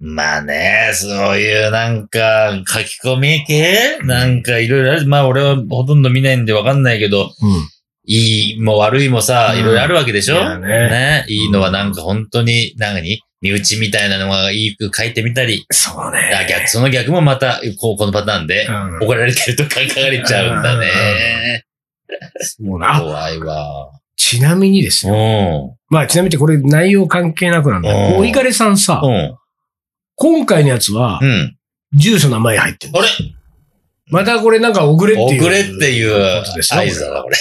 [SPEAKER 2] まあね、そういうなんか、書き込み系なんかいろいろある。まあ俺はほとんど見ないんでわかんないけど、いいも悪いもさ、
[SPEAKER 1] うん
[SPEAKER 2] いろいろあるわけでしょ、
[SPEAKER 1] いやね
[SPEAKER 2] ね。いいのはなんか本当に、何身内みたいなのがいいく書いてみたり、
[SPEAKER 1] そう
[SPEAKER 2] あ
[SPEAKER 1] ね。
[SPEAKER 2] 逆その逆もまた、こう、このパターンで、
[SPEAKER 1] うん
[SPEAKER 2] 怒られてると考えれちゃうんだね。
[SPEAKER 1] そうなあ
[SPEAKER 2] 怖いわ。
[SPEAKER 1] ちなみにです
[SPEAKER 2] う
[SPEAKER 1] ね。
[SPEAKER 2] ん。
[SPEAKER 1] まあちなみにってこれ内容関係なくなんだけど。
[SPEAKER 2] うん
[SPEAKER 1] おいかれさんさ、
[SPEAKER 2] うん。
[SPEAKER 1] 今回のやつは
[SPEAKER 2] う、ん。
[SPEAKER 1] 住所名前入ってる。
[SPEAKER 2] あれ
[SPEAKER 1] またこれなんか遅れっていう。
[SPEAKER 2] 遅れっていう
[SPEAKER 1] ことですよ
[SPEAKER 2] 合図だな、これ。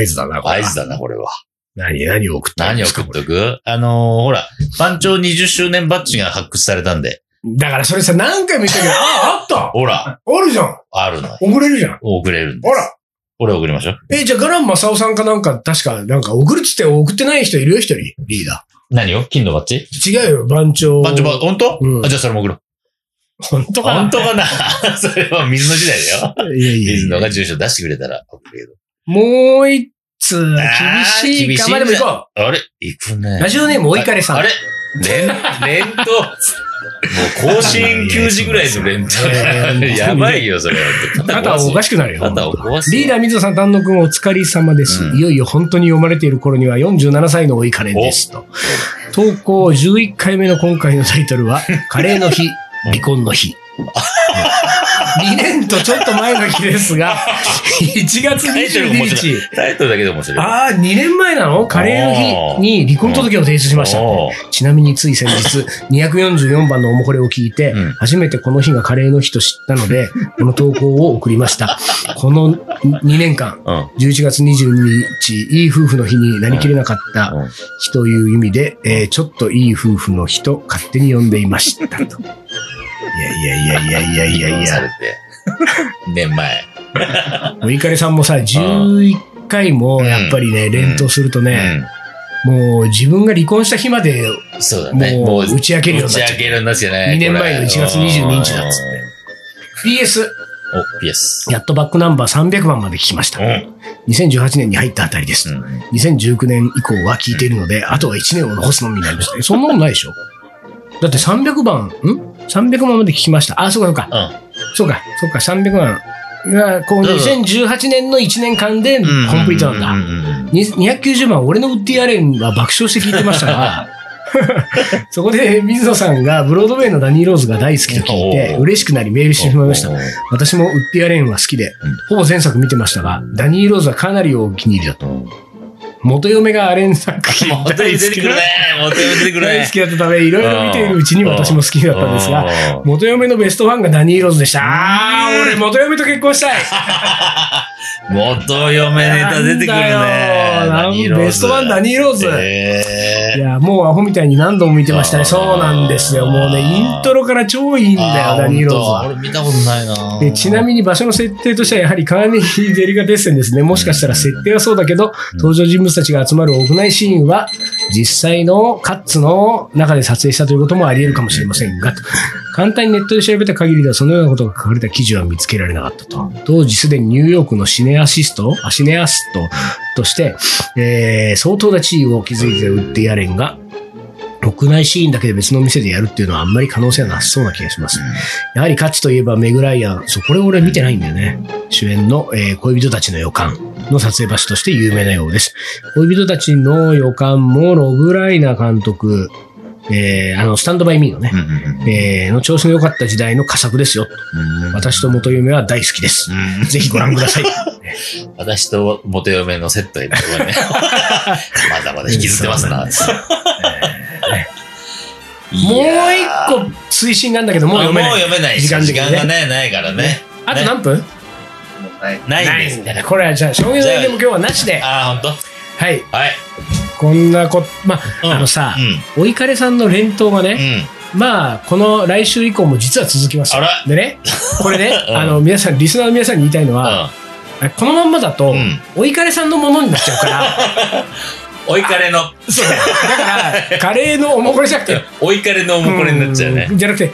[SPEAKER 1] 合図だな、これ
[SPEAKER 2] 合図だな、これは。
[SPEAKER 1] 何、何を送ったん
[SPEAKER 2] 何
[SPEAKER 1] で
[SPEAKER 2] を
[SPEAKER 1] すか
[SPEAKER 2] 送っとくあのー、ほら、番長20周年バッジが発掘されたんで。
[SPEAKER 1] だからそれさ、何回も言ったけど、ああ、あった
[SPEAKER 2] ほら、
[SPEAKER 1] あるじゃん
[SPEAKER 2] あるのよ。
[SPEAKER 1] 送れるじゃん
[SPEAKER 2] 送れるんで
[SPEAKER 1] ほら
[SPEAKER 2] これ送りましょう。
[SPEAKER 1] え、じゃあ、ガランマサオさんかなんか、確か、なんか、送るっつって送ってない人いるよ、一人。リーダ
[SPEAKER 2] 何よ金のバッジ
[SPEAKER 1] ー。違うよ、番長。
[SPEAKER 2] 番長バッジ、ほんと
[SPEAKER 1] うん
[SPEAKER 2] あ、じゃあそれも送ろう。
[SPEAKER 1] 本当か
[SPEAKER 2] ほん
[SPEAKER 1] な
[SPEAKER 2] とかな それは水の時代だよ。
[SPEAKER 1] いやいや
[SPEAKER 2] 水
[SPEAKER 1] い
[SPEAKER 2] 野
[SPEAKER 1] や。
[SPEAKER 2] が住所出してくれたら送るけど。
[SPEAKER 1] もう一つ、
[SPEAKER 2] あー
[SPEAKER 1] 厳しい
[SPEAKER 2] 厳しい
[SPEAKER 1] か。
[SPEAKER 2] ん
[SPEAKER 1] ま
[SPEAKER 2] だ
[SPEAKER 1] あ、でも行こ
[SPEAKER 2] あれ行く
[SPEAKER 1] う。
[SPEAKER 2] ね
[SPEAKER 1] ラ。ジオネーム、おいかれさん。
[SPEAKER 2] あれ連、連投。もう更新休止ぐらいの連投。
[SPEAKER 1] いや
[SPEAKER 2] やばいよ、それ。
[SPEAKER 1] 肩おかしくなるよ。
[SPEAKER 2] 肩を壊すよ。
[SPEAKER 1] リーダー水野さん、丹野くんお疲れ様です。
[SPEAKER 2] うん
[SPEAKER 1] いよいよ本当に読まれている頃には47歳のおいカレーですと。投稿11回目の今回のタイトル は、カレーの日、離婚の日。2年とちょっと前の日ですが、1月
[SPEAKER 2] タイトル
[SPEAKER 1] 22
[SPEAKER 2] 面白
[SPEAKER 1] 日。
[SPEAKER 2] い。タイトルだけで面白い。
[SPEAKER 1] ああ、2年前なのカレーの日に離婚届を提出しました。
[SPEAKER 2] おー
[SPEAKER 1] ちなみについ先日、244番のおもこれを聞いて、
[SPEAKER 2] うん
[SPEAKER 1] 初めてこの日がカレーの日と知ったので、この投稿を送りました。この2年間、
[SPEAKER 2] うん。
[SPEAKER 1] 11月22日、いい夫婦の日になりきれなかった
[SPEAKER 2] うん
[SPEAKER 1] 日という意味で、えーちょっといい夫婦の日と勝手に呼んでいましたと。いやいやいやいやいやいやい
[SPEAKER 2] さ
[SPEAKER 1] や。
[SPEAKER 2] れて。2年前。
[SPEAKER 1] もういかりさんもさ、11回もやっぱりね、連投するとね、もう自分が離婚した日まで
[SPEAKER 2] うん。そうだね。
[SPEAKER 1] も
[SPEAKER 2] もう、
[SPEAKER 1] う打ち明けるよう
[SPEAKER 2] 打
[SPEAKER 1] に
[SPEAKER 2] ち
[SPEAKER 1] なっ
[SPEAKER 2] 明
[SPEAKER 1] ちゃう
[SPEAKER 2] けるんですよね。。
[SPEAKER 1] 2年前の1月22日だっつって PS、
[SPEAKER 2] お、ピエス。
[SPEAKER 1] やっとバックナンバー300番まで聞きました
[SPEAKER 2] う。ん。
[SPEAKER 1] 2018年に入ったあたりです。
[SPEAKER 2] うん
[SPEAKER 1] 2019年以降は聞いているので、あとは1年を残すのみになりました。えそんなことないでしょだって300番、ん ?300 番まで聞きました。あ、そうかそうか。そうか、そうか、300番が、こう、
[SPEAKER 2] そうそう
[SPEAKER 1] 2018年の1年間でコ
[SPEAKER 2] うん。
[SPEAKER 1] ンプリートなんだ。
[SPEAKER 2] だ。
[SPEAKER 1] に290番、俺のウッディアレンは爆笑して聞いてました が、そこで水野さんがブロードウェイのダニー・ローズが大好きと聞いて、
[SPEAKER 2] おー
[SPEAKER 1] 嬉しくなりメールしてしまいました。
[SPEAKER 2] おー。
[SPEAKER 1] 私もウッディアレーンは好きで
[SPEAKER 2] うん、
[SPEAKER 1] ほぼ前作見てましたが、ダニー・ローズはかなりお気に入りだと。
[SPEAKER 2] うん
[SPEAKER 1] 元嫁がアレン作 品
[SPEAKER 2] もう、
[SPEAKER 1] 大好
[SPEAKER 2] 出て
[SPEAKER 1] き
[SPEAKER 2] くる
[SPEAKER 1] だ
[SPEAKER 2] ね。もう、出てくるね。
[SPEAKER 1] 大好きだったため、いろいろ見ているうちに
[SPEAKER 2] うん
[SPEAKER 1] 私も好きだったんですが、
[SPEAKER 2] うん。
[SPEAKER 1] 元嫁のベストファンがダニー・ローズでした。あー、俺元嫁と結婚 したい
[SPEAKER 2] 元嫁ネタ出てくるね。
[SPEAKER 1] なんだよベストワンダニーローズ
[SPEAKER 2] え
[SPEAKER 1] いや、もうアホみたいに何度も見てましたね。
[SPEAKER 2] あー
[SPEAKER 1] そうなんですよ。もうね、イントロから超いいんだよ、ダニー・ローズ
[SPEAKER 2] あ
[SPEAKER 1] は。
[SPEAKER 2] 本当俺見たことないな
[SPEAKER 1] でちな
[SPEAKER 2] に、
[SPEAKER 1] みに場所の設定としてはやはりカーネギー・デリカ・デッセンですね。もしかしたら設定はそうだけど、
[SPEAKER 2] うん
[SPEAKER 1] 登場人物たちが集まる屋内シーンは、実際のカッツの中で撮影したということもあり得るかもしれませんが、と簡単にネットで調べた限りではそのようなことが書かれた記事は見つけられなかったと。当時すでにニューヨークのシネアシスト、あシネアシストとして、えー相当な地位を築いて売ってやれんが、屋内シーンだけで別の店でやるっていうのはあんまり可能性はなさそうな気がします。やはりカッツといえばメグライアン。そう、これ俺見てないんだよね。主演の、えー恋人たちの予感の撮影場所として有名なようです。恋人たちの予感もロブライナー監督、えーあの、スタンドバイミーのね
[SPEAKER 2] う、んうん
[SPEAKER 1] えーの調子の良かった時代の佳作ですよ。
[SPEAKER 2] うん
[SPEAKER 1] 私と元嫁は大好きです。
[SPEAKER 2] うん
[SPEAKER 1] ぜひご覧ください。
[SPEAKER 2] 私と元嫁のセットへ、ね、 まだまだ引きずってますな。
[SPEAKER 1] そうなんですよもう
[SPEAKER 2] いやー
[SPEAKER 1] 一個推進があるんだけど、もう読め
[SPEAKER 2] もう
[SPEAKER 1] ない。
[SPEAKER 2] 読めない。
[SPEAKER 1] 時
[SPEAKER 2] 時
[SPEAKER 1] 間
[SPEAKER 2] 間
[SPEAKER 1] 的にね
[SPEAKER 2] がね、ないからね。
[SPEAKER 1] あと何分
[SPEAKER 3] もうない。
[SPEAKER 2] ないんです
[SPEAKER 1] んだね。これはじゃあ、将棋の意見も今日はなしで。
[SPEAKER 2] ああ、ほん
[SPEAKER 1] はい。
[SPEAKER 2] とはい。
[SPEAKER 1] こんなこ、まあ、
[SPEAKER 2] うん
[SPEAKER 1] あのさ
[SPEAKER 2] う、ん。
[SPEAKER 1] お怒りさんの連投が
[SPEAKER 2] う
[SPEAKER 1] ね、
[SPEAKER 2] ん。
[SPEAKER 1] まあ、この来週以降も実は続きます
[SPEAKER 2] あ
[SPEAKER 1] よ。
[SPEAKER 2] ら。、
[SPEAKER 1] でね、これね
[SPEAKER 2] うん
[SPEAKER 1] あの、皆さん、リスナーの皆さんに言いたいのは、このまんまだと、
[SPEAKER 2] うん
[SPEAKER 1] お怒りさんのものになっちゃう から、
[SPEAKER 2] お怒りの、
[SPEAKER 1] そうだよだから、カレーのおもこれじゃなくて、
[SPEAKER 2] お怒りのおもこれになっちゃうね。
[SPEAKER 1] んじゃなくて、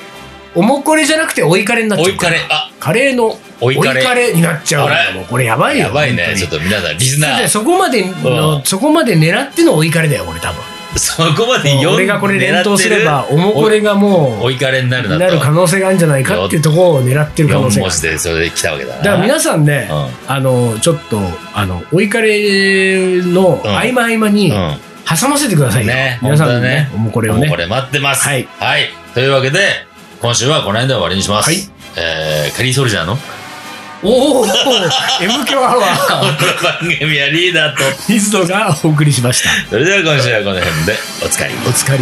[SPEAKER 1] おもこれじゃなくてお怒りになっ
[SPEAKER 2] お
[SPEAKER 1] ちゃう
[SPEAKER 2] 怒
[SPEAKER 1] か
[SPEAKER 2] り
[SPEAKER 1] ら。、
[SPEAKER 2] あ、
[SPEAKER 1] カレーの
[SPEAKER 2] お
[SPEAKER 1] お怒
[SPEAKER 2] 怒り。
[SPEAKER 1] りになっちゃう
[SPEAKER 2] あ
[SPEAKER 1] から
[SPEAKER 2] れ
[SPEAKER 1] もうこれやばいよ。
[SPEAKER 2] やばい
[SPEAKER 1] 本
[SPEAKER 2] ね。
[SPEAKER 1] 当に
[SPEAKER 2] ちょっと皆さん、リスナ
[SPEAKER 1] だって
[SPEAKER 2] ー、
[SPEAKER 1] そこまでの、
[SPEAKER 2] う
[SPEAKER 1] そこまで狙ってのお怒りだよ、俺多分。
[SPEAKER 2] そこまで読ん
[SPEAKER 1] 俺がこれ連投すれば、おもこれが
[SPEAKER 2] お
[SPEAKER 1] も
[SPEAKER 2] 怒りになる
[SPEAKER 1] う、
[SPEAKER 2] な
[SPEAKER 1] なる可
[SPEAKER 2] と。
[SPEAKER 1] 能性があるんじゃないかっていうところを狙ってる可
[SPEAKER 2] 4
[SPEAKER 1] 能
[SPEAKER 2] 文
[SPEAKER 1] 性があ
[SPEAKER 2] 字
[SPEAKER 1] る。
[SPEAKER 2] でそれで来たわけだな。
[SPEAKER 1] だから皆さんね、
[SPEAKER 2] うん
[SPEAKER 1] あの、ちょっと、あの、お怒りの合間合間に
[SPEAKER 2] うん。
[SPEAKER 1] 挟ませてくださいよ。
[SPEAKER 2] ね
[SPEAKER 1] 皆さんね
[SPEAKER 2] 本当だね
[SPEAKER 1] おもこれを
[SPEAKER 2] もう
[SPEAKER 1] ね
[SPEAKER 2] こ。れ待ってます。
[SPEAKER 1] はい
[SPEAKER 2] というわけで、今週はこの辺で終わりにします。
[SPEAKER 1] はい
[SPEAKER 2] えー、カリーソルジャ ーのこ
[SPEAKER 1] おお !M 強ア ワー、
[SPEAKER 2] の番組はリーダーと。
[SPEAKER 1] 水戸がお送りしました。
[SPEAKER 2] それでは今週はこの辺でおつかり。
[SPEAKER 1] お疲れ。